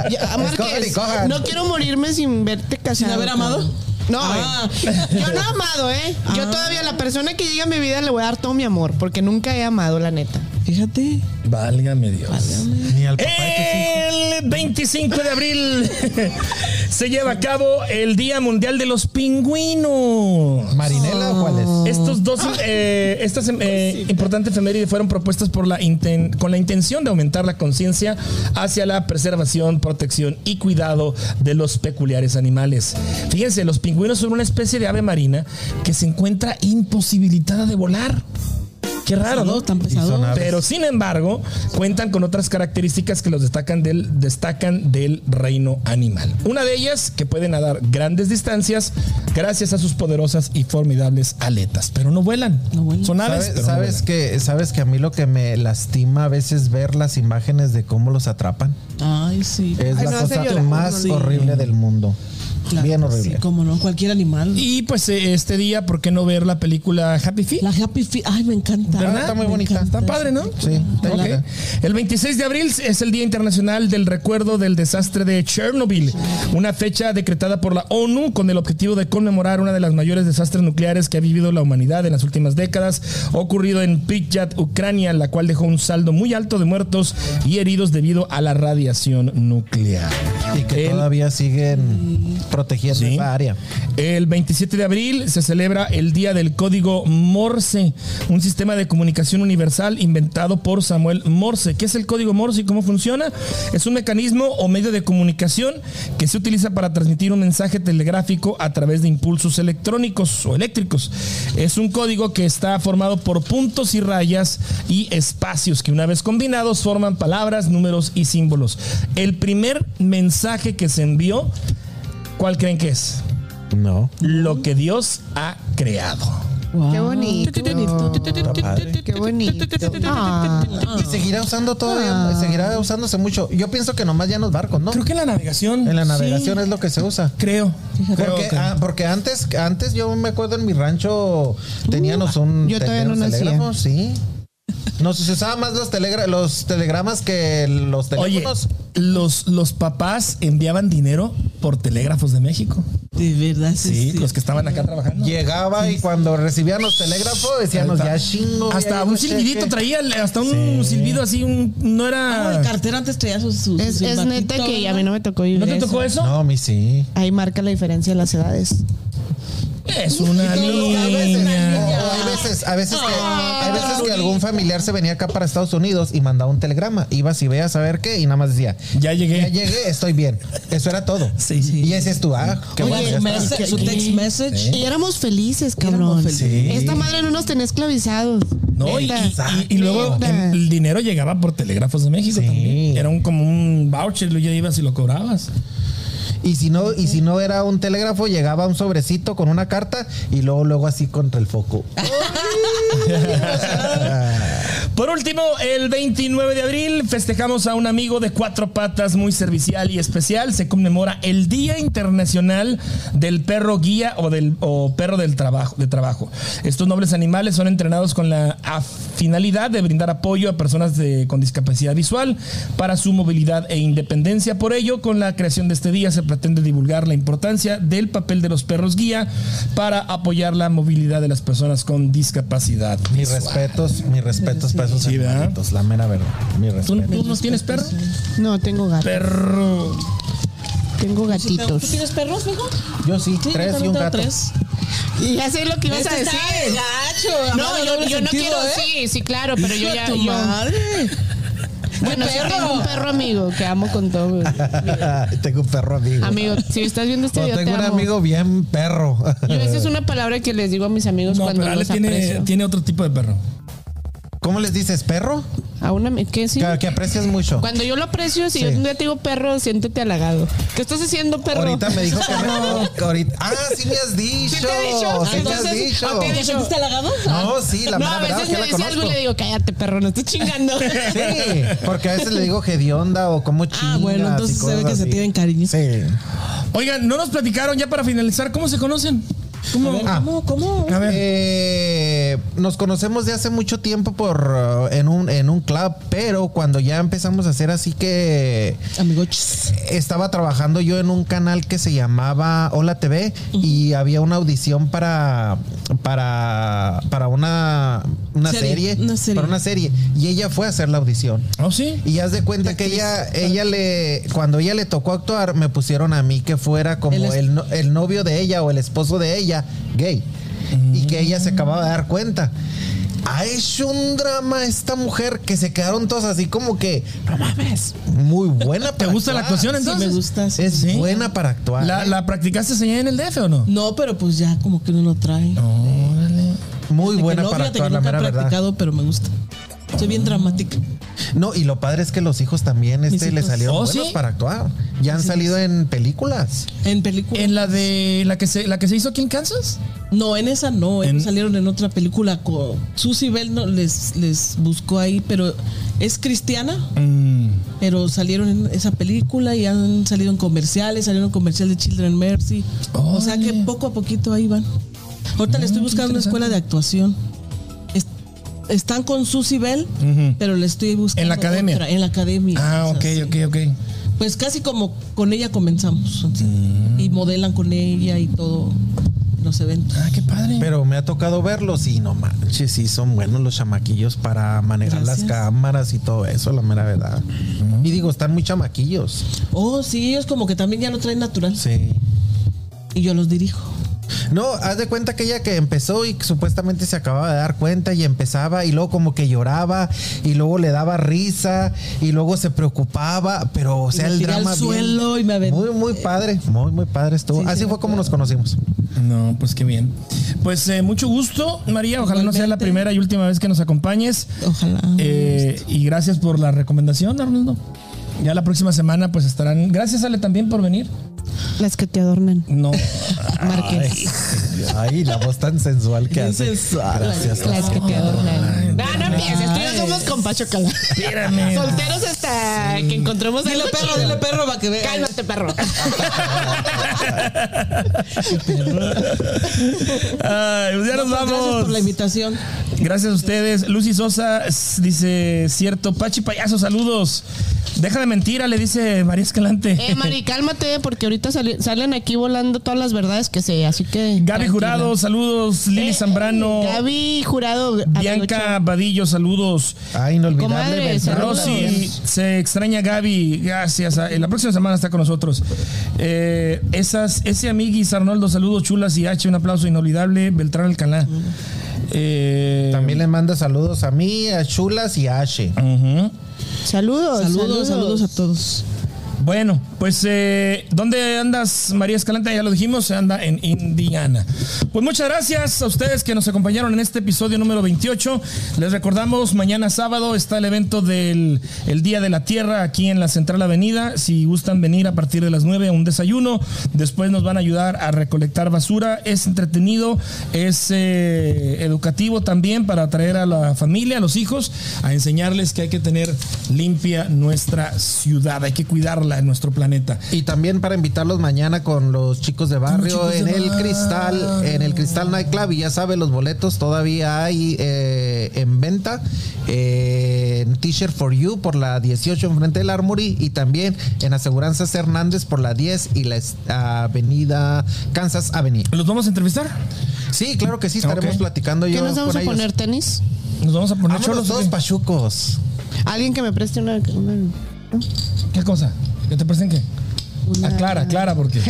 S6: Ya, Márquez,
S4: Escojan y cojan.
S6: No quiero morirme sin verte casado.
S5: ¿Sin haber amado?
S6: No,
S5: Ah.
S6: güey. yo no he amado, ¿eh? Yo todavía, la persona que llega a mi vida le voy a dar todo mi amor, porque nunca he amado, la neta.
S5: Fíjate.
S4: <laughs>
S3: Válgame Dios.
S4: Ni al papá de
S3: El 25 de abril <laughs> se lleva a cabo el Día Mundial de los Pingüinos.
S4: tus hijos. ¿Marinela o cuál es?
S3: Estos dos, eh, estas eh, importantes efemérides fueron propuestas por la inten- con la intención de aumentar la conciencia hacia la preservación, protección y cuidado de los peculiares animales. Fíjense, los pingüinos son una especie de ave marina que se encuentra imposibilitada de volar. Qué raro, ¿no?
S5: Pesado, tan pesado.
S4: son aves.
S3: Pero sin embargo, cuentan con otras características que los destacan del, destacan del reino animal. Una de ellas, que pueden nadar grandes distancias gracias a sus poderosas y formidables aletas, pero no vuelan.
S5: No vuelan.
S3: Son aves,
S4: ¿Sabes,
S3: pero no
S4: sabes
S3: vuelan.
S4: que, sabes que a mí lo que me lastima a veces ver las imágenes de cómo los atrapan
S5: Ay, sí.
S4: es
S6: Ay,
S4: la
S6: no,
S4: cosa
S6: señora.
S4: más
S5: Sí.
S4: horrible del mundo.
S5: Claro
S4: Bien
S5: que
S4: horrible.
S5: Sí, como no, cualquier animal.
S3: Y pues eh, este día, ¿por qué no ver la película Happy Feet?
S5: La Happy Feet. Ay, me encanta.
S3: ¿Verdad?
S4: está muy
S5: Me
S4: bonita.
S5: encanta.
S3: Está padre, ¿no?
S4: Sí, está
S3: Ok.
S4: linda.
S3: El 26 de abril es el Día Internacional del Recuerdo del Desastre de Chernobyl, una fecha decretada por la ONU con el objetivo de conmemorar una de las mayores desastres nucleares que ha vivido la humanidad en las últimas décadas, ocurrido en Pripyat, Ucrania, la cual dejó un saldo muy alto de muertos y heridos debido a la radiación nuclear.
S4: Y que
S3: El-
S4: todavía siguen protegiendo
S3: Sí.
S4: esa área.
S3: El 27 de abril se celebra el Día del Código Morse, un sistema de comunicación universal inventado por Samuel Morse. ¿Qué es el Código Morse y cómo funciona? Es un mecanismo o medio de comunicación que se utiliza para transmitir un mensaje telegráfico a través de impulsos electrónicos o eléctricos. Es un código que está formado por puntos y rayas y espacios que una vez combinados forman palabras, números y símbolos. El primer mensaje que se envió, ¿cuál creen que es?
S4: No.
S3: lo que Dios ha creado.
S5: Wow.
S6: Qué bonito. Qué bonito. Ah,
S4: Y seguirá usando todavía, seguirá usándose mucho. Yo pienso que nomás ya en los barcos, ¿no?
S3: Creo que en la navegación.
S4: En la navegación
S3: sí,
S4: es lo que se usa.
S3: creo. creo
S4: Porque,
S3: que-
S4: ah, porque antes, antes yo me acuerdo en mi rancho teníamos un
S6: yo todavía no
S4: teníamos
S6: nacía.
S4: telégrafo, sí. Nos se usaba más los telegra los telegramas que los
S3: Oye,
S4: teléfonos.
S3: los, los papás enviaban dinero por telégrafos de México.
S5: De verdad, este, sí.
S3: Sí,
S5: sí.
S4: pues
S3: los que estaban acá trabajando.
S4: Llegaba y cuando recibían los telégrafos decíamos ya chingo. ya
S3: Hasta
S4: llegó
S3: un
S4: el
S3: silbidito
S4: cheque".
S3: traía, hasta un silbido así, un, no
S5: Ah, el
S3: era...
S5: cartero antes traía sus. sus
S6: es,
S5: sus
S6: es neta
S5: batitos,
S6: que a mí no me tocó vivir
S3: ¿No te tocó eso?
S4: No, mi sí.
S6: Ahí marca la diferencia de las edades.
S3: Es una
S4: A veces,
S3: niña.
S4: o hay veces, a veces que, hay veces que algún familiar se venía acá para Estados Unidos y mandaba un telegrama. Ibas y veías a ver qué y nada más decía,
S3: Ya
S4: ya
S3: llegué.
S4: llegué, estoy bien. Eso era todo.
S3: Sí, sí.
S4: Y ese es tu, ah, qué bueno,
S5: Oye,
S4: ya está.
S5: message, su text message.
S6: Y éramos felices, cabrón.
S5: Éramos felices.
S4: Sí.
S6: Esta madre no nos tenía esclavizados.
S3: No, y,
S6: Neta.
S3: y- y- y luego
S6: Neta.
S3: el dinero llegaba por telégrafos de México
S4: Sí.
S3: también. Era un, como un voucher, lo ya ibas y lo cobrabas.
S4: Y si no, y si no era un telégrafo, llegaba un sobrecito con una carta y luego, luego así contra el foco.
S6: Ah,
S3: Por último, el 29 de abril festejamos a un amigo de cuatro patas muy servicial y especial. Se conmemora el Día Internacional del Perro Guía o del o Perro del trabajo, de Trabajo. Estos nobles animales son entrenados con la af- finalidad de brindar apoyo a personas de- con discapacidad visual para su movilidad e independencia. Por ello, con la creación de este día se pretende divulgar la importancia del papel de los perros guía para apoyar la movilidad de las personas con discapacidad.
S4: mis respetos, mis respetos para esos
S3: Sí, ¿verdad?
S4: animalitos, la mera verdad. Mi
S3: ¿Tú,
S4: respeto.
S3: tú no tienes perro?
S6: No, tengo gato.
S3: Perro.
S6: Tengo
S5: ¿Tú
S6: gatitos.
S5: tienes perros, mijo?
S4: Yo sí,
S5: Sí,
S4: tres
S5: yo
S4: y un
S5: también tengo
S4: gato.
S5: tres.
S6: Y ya sé lo que ibas a
S5: Este
S6: decir.
S5: está de gacho,
S6: No,
S5: amado,
S6: yo,
S5: doble
S6: yo no
S5: sentido,
S6: quiero,
S5: ¿eh?
S6: sí, sí, claro, pero yo
S5: Hijo de
S6: ya.
S5: tu
S6: yo-
S5: madre.
S6: bueno, sí tengo un perro amigo que amo con todo. mi-
S4: <laughs> tengo un perro amigo.
S6: Amigo, si estás viendo este
S4: No,
S6: video,
S4: tengo
S6: te
S4: un
S6: amo.
S4: amigo bien perro.
S6: Yo esa es una palabra que les digo a mis amigos
S3: No,
S6: cuando
S3: pero Ale
S6: los
S3: tiene,
S6: aprecio.
S3: tiene otro tipo de perro.
S4: ¿Cómo les dices? ¿Perro?
S6: A una, ¿qué sí?
S4: Que, que aprecias mucho.
S6: Cuando yo lo aprecio, si
S4: Sí.
S6: yo un día te digo perro, siéntete halagado. ¿Qué estás haciendo, perro?
S4: Ahorita me dijo que no. que ahorita- Ah, sí me has dicho.
S6: <laughs> ¿Sí te he dicho?
S4: Sí me has
S6: Entonces,
S4: dicho.
S6: ok,
S5: ¿Te sentiste halagado?
S4: No, sí, la
S6: no,
S4: mera
S6: a
S4: verdad
S6: veces
S4: es
S6: me
S4: que la
S6: dice algo
S4: conozco.
S6: y le digo, cállate, perro, no estoy chingando. <laughs>
S4: Sí, porque a veces le digo hedionda o como chingas.
S5: Ah, bueno,
S4: y
S5: entonces se ve
S4: cosas
S5: que se
S4: así.
S5: tienen cariño.
S4: Sí.
S3: Oigan, no nos platicaron ya para finalizar cómo se conocen. ¿Cómo?
S4: Ah.
S5: ¿Cómo? ¿Cómo?
S3: A ver.
S4: Eh, nos conocemos de hace mucho tiempo por uh, en un en un club, pero cuando ya empezamos a hacer así que
S5: Amigoches.
S4: estaba trabajando yo en un canal que se llamaba Hola TV y había una audición para para para una una
S5: Serie,
S4: serie,
S5: una serie.
S4: para una serie. Y ella fue a hacer la audición.
S3: ¿Oh, sí?
S4: Y haz de cuenta
S5: La
S4: que
S5: actriz.
S4: ella, ella le, cuando ella le tocó actuar, me pusieron a mí que fuera
S5: El
S4: como
S5: es-
S4: el, no- el novio de ella o el esposo de ella, gay. Y que ella se acababa de dar cuenta. Ha hecho un drama esta mujer que se quedaron todos así como que, no mames, muy buena
S3: ¿Te
S4: para
S3: gusta la
S4: actuar.
S3: actuación entonces?
S5: me gusta, sí.
S4: Es
S3: Sí.
S4: buena para actuar.
S3: ¿La, la practicaste allá en el DF o no?
S5: No, pero pues ya como que uno lo trae.
S3: Órale.
S4: muy
S5: De que
S4: buena
S5: no,
S4: para
S5: fíjate
S4: actuar,
S5: que
S4: la
S5: nunca
S4: mera
S5: he
S4: verdad.
S5: practicado, pero me gusta. Soy bien dramática.
S4: No, y lo padre es que los hijos también este, le
S5: hijos.
S4: salieron
S3: ¿Oh,
S4: buenos
S3: sí?
S4: para actuar. Ya han salido en películas.
S5: En película.
S3: ¿En la de la que se la que se hizo aquí en Kansas?
S5: No, en esa no.
S3: En-
S5: ellos Salieron en otra película. Con... Susy Bell no, les, les buscó ahí, pero es cristiana. Pero salieron en esa película y han salido en comerciales, salieron en comercial de Children Mercy. O sea que
S3: Órale. Ah,
S5: poco a poquito ahí van. Ahorita le estoy
S3: qué
S5: buscando
S3: interesante.
S5: una escuela de actuación. Es- están con Susy Bell,
S3: Ujú.
S5: pero le estoy buscando.
S3: En la academia.
S5: otra, en la academia.
S3: Ah,
S5: O
S3: ok,
S5: sea, sí.
S3: ok, ok. Mm.
S5: Pues casi como con ella comenzamos. o sea, Y modelan con ella y todo en los eventos.
S3: Ah, qué padre.
S4: Pero me ha tocado verlos y no manches, sí son buenos los chamaquillos para manejar las
S5: Gracias.
S4: cámaras y todo eso, la mera verdad. Y digo, están muy chamaquillos.
S5: Oh, sí, ellos como que también ya lo traen natural.
S4: Sí.
S5: Y yo los dirijo.
S4: No, haz de cuenta que ella que empezó y que supuestamente se acababa de dar cuenta y empezaba y luego como que lloraba y luego le daba risa y luego se preocupaba, pero o
S5: Y
S4: sea,
S5: me
S4: el
S5: tiré al
S4: drama bien-
S5: suelo y me aventé.
S4: muy muy padre, muy muy padre estuvo.
S5: Sí, sí,
S4: Así
S5: me
S4: fue como
S5: acuerdo.
S4: nos conocimos.
S3: No, pues qué bien. Pues eh, mucho gusto, María. Ojalá no sea la
S5: Igualmente.
S3: primera y última vez que nos acompañes.
S5: Ojalá.
S3: Eh, y gracias por la recomendación, Arnoldo. Ya la próxima semana pues estarán. Gracias Ale también por venir.
S6: Las que te adornan.
S3: No. <laughs>
S6: Márquez.
S4: Ay, la voz tan sensual que
S5: Bien
S4: hace.
S5: sensual.
S4: Gracias.
S6: Las que te adornan. No, no empieces. Tú y yo
S5: Ay.
S6: somos con Pacho Cala.
S3: Espérame.
S6: Solteros hasta que encontremos
S5: Dile
S6: algo
S5: perro,
S6: chido.
S5: dile perro para que vea.
S6: Cálmate,
S5: <laughs>
S6: perro.
S3: Ay, pues ya nos
S5: Muchas
S3: vamos.
S5: Gracias por la invitación.
S3: Gracias a ustedes. Lucy Sosa s- dice, cierto, Pachi Payaso, saludos. Deja de mentira, le dice María Escalante.
S6: Eh, Mari, cálmate, porque ahorita sali- salen aquí volando todas las verdades que sé, así que.
S3: Gaby Jurado, saludos. Lili
S6: Eh,
S3: Zambrano.
S6: Gaby Jurado.
S3: Bianca Vadillo, saludos.
S4: Ay, inolvidable.
S6: Comadre,
S4: Beltrán. eh,
S6: saludos.
S3: Rosy, se extraña Gaby, gracias. Ah, La próxima semana está con nosotros. Eh, esas, ese amiguis, Arnoldo, saludos chulas y H, un aplauso inolvidable, Beltrán Alcalá. Eh,
S4: También le manda saludos a mí, a Chulas y a Ashe.
S3: ujú.
S6: Saludos.
S5: Saludos, saludos a todos.
S3: Bueno, pues eh, ¿dónde andas, María Escalante? Ya lo dijimos, anda en Indiana. Pues muchas gracias a ustedes que nos acompañaron en este episodio número 28. Les recordamos, mañana sábado está el evento del el Día de la Tierra aquí en la Central Avenida. Si gustan venir a partir de las 9 a un desayuno, después nos van a ayudar a recolectar basura. Es entretenido, es eh, educativo también para atraer a la familia, a los hijos, a enseñarles que hay que tener limpia nuestra ciudad, hay que cuidarla en nuestro planeta.
S4: Y también para invitarlos mañana con los chicos de barrio
S3: chicos de
S4: en el
S3: barrio.
S4: Cristal, en el Cristal Nightclub. Y ya sabe, los boletos todavía hay eh, en venta. eh, en T-shirt for You por la 18 enfrente del Armory. Y también en Aseguranzas Hernández por la 10 y la es- avenida Kansas Avenue.
S3: ¿Los vamos a entrevistar?
S4: Sí, claro que sí, estaremos
S3: Ok.
S4: platicando yo
S6: ¿Qué nos vamos
S4: con
S6: a
S4: ellos.
S6: poner tenis?
S3: ¿Nos vamos a poner
S4: Vámonos
S3: cholos o
S4: todos
S3: qué?
S4: pachucos.
S6: Alguien que me preste una. una-
S3: ¿Qué cosa? ¿Que te presten qué? Aclara, aclara,
S6: <laughs>
S3: porque.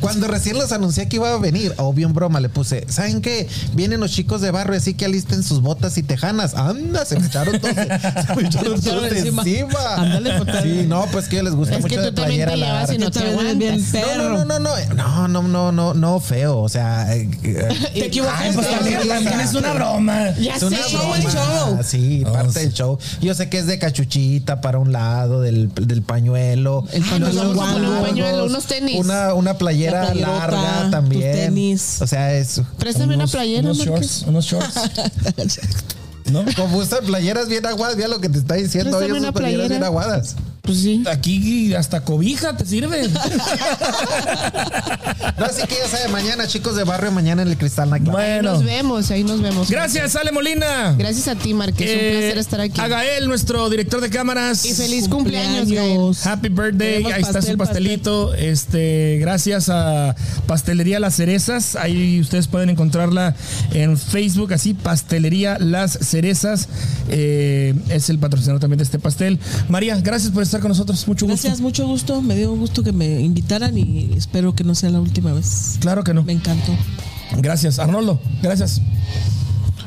S4: Cuando recién los anuncié que iba a venir, obvio en broma, le puse, ¿saben qué? Vienen los chicos de barrio, así que alisten sus botas y tejanas. Anda, <laughs> se me echaron todos, se me echaron todos de encima.
S5: Encima. Ándale, porque-
S4: sí, no, pues que les gusta
S6: Es que
S4: mucho de
S6: tú también
S4: playera
S6: te llevas
S4: larga.
S6: y no
S5: Yo
S6: te
S5: también eres bien
S6: aguantas.
S4: No,
S5: perro.
S4: no, no, no, no, no, no, no, no, feo, o sea, eh, eh,
S5: Te
S3: Ay, pues
S5: equivocaste.
S3: también, también es una broma.
S6: <laughs> Ya
S4: es
S6: sé.
S4: una
S5: show, el
S4: broma.
S5: show.
S4: Sí,
S3: Oh, sí.
S4: parte del show. Yo sé que es de cachuchita para un lado, del, del pañuelo.
S5: El
S4: Ah,
S5: pañuelo
S4: nos vamos a poner
S5: largo.
S4: un pañuelo,
S6: unos tenis.
S4: Una, una playera
S5: La playerota,
S4: larga
S5: tus
S4: también.
S5: tenis.
S4: O sea, es.
S6: Préstame una
S3: Unos-
S6: playera,
S3: Unos
S6: Márquez.
S3: shorts, unos shorts. ¿No?
S4: Como usan playeras bien aguadas, ya lo que te está diciendo.
S6: Préstame
S4: Oye, esas
S6: una
S4: playeras
S6: playera.
S4: bien aguadas.
S5: Pues sí.
S3: Aquí hasta cobija te
S6: <laughs>
S3: sirve.
S4: No, así que ya sabe, mañana, chicos de barrio, mañana en el cristal Nacla.
S3: bueno.
S6: Nos vemos, ahí nos vemos.
S3: Gracias, Ale Molina.
S6: Gracias a ti, Márquez.
S3: Eh,
S6: un placer estar aquí.
S3: A Gael, nuestro director de cámaras.
S6: Y feliz cumpleaños, Gael.
S5: Cumpleaños.
S3: Happy birthday,
S5: Queremos
S3: ahí está su
S5: pastel,
S3: pastelito. Este, gracias a Pastelería Las Cerezas. Ahí ustedes pueden encontrarla en Facebook, así Pastelería Las Cerezas. Eh, es el patrocinador también de este pastel. María, gracias por estar con nosotros. Mucho gusto.
S5: Gracias, mucho gusto. Me dio gusto que me invitaran y espero que no sea la última vez.
S3: Claro que no.
S5: Me encantó.
S3: Gracias, Arnoldo. Gracias.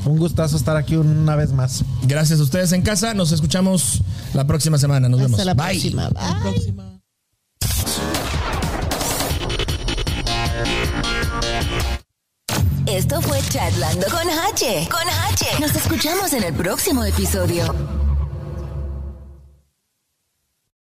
S4: Un gustazo estar aquí una vez más.
S3: Gracias a ustedes en casa. Nos escuchamos la próxima semana. Nos vemos.
S6: Hasta la
S3: Bye.
S6: próxima. Bye.
S5: La próxima.
S2: Esto fue Chatlando con H. Con H. Nos escuchamos en el próximo episodio.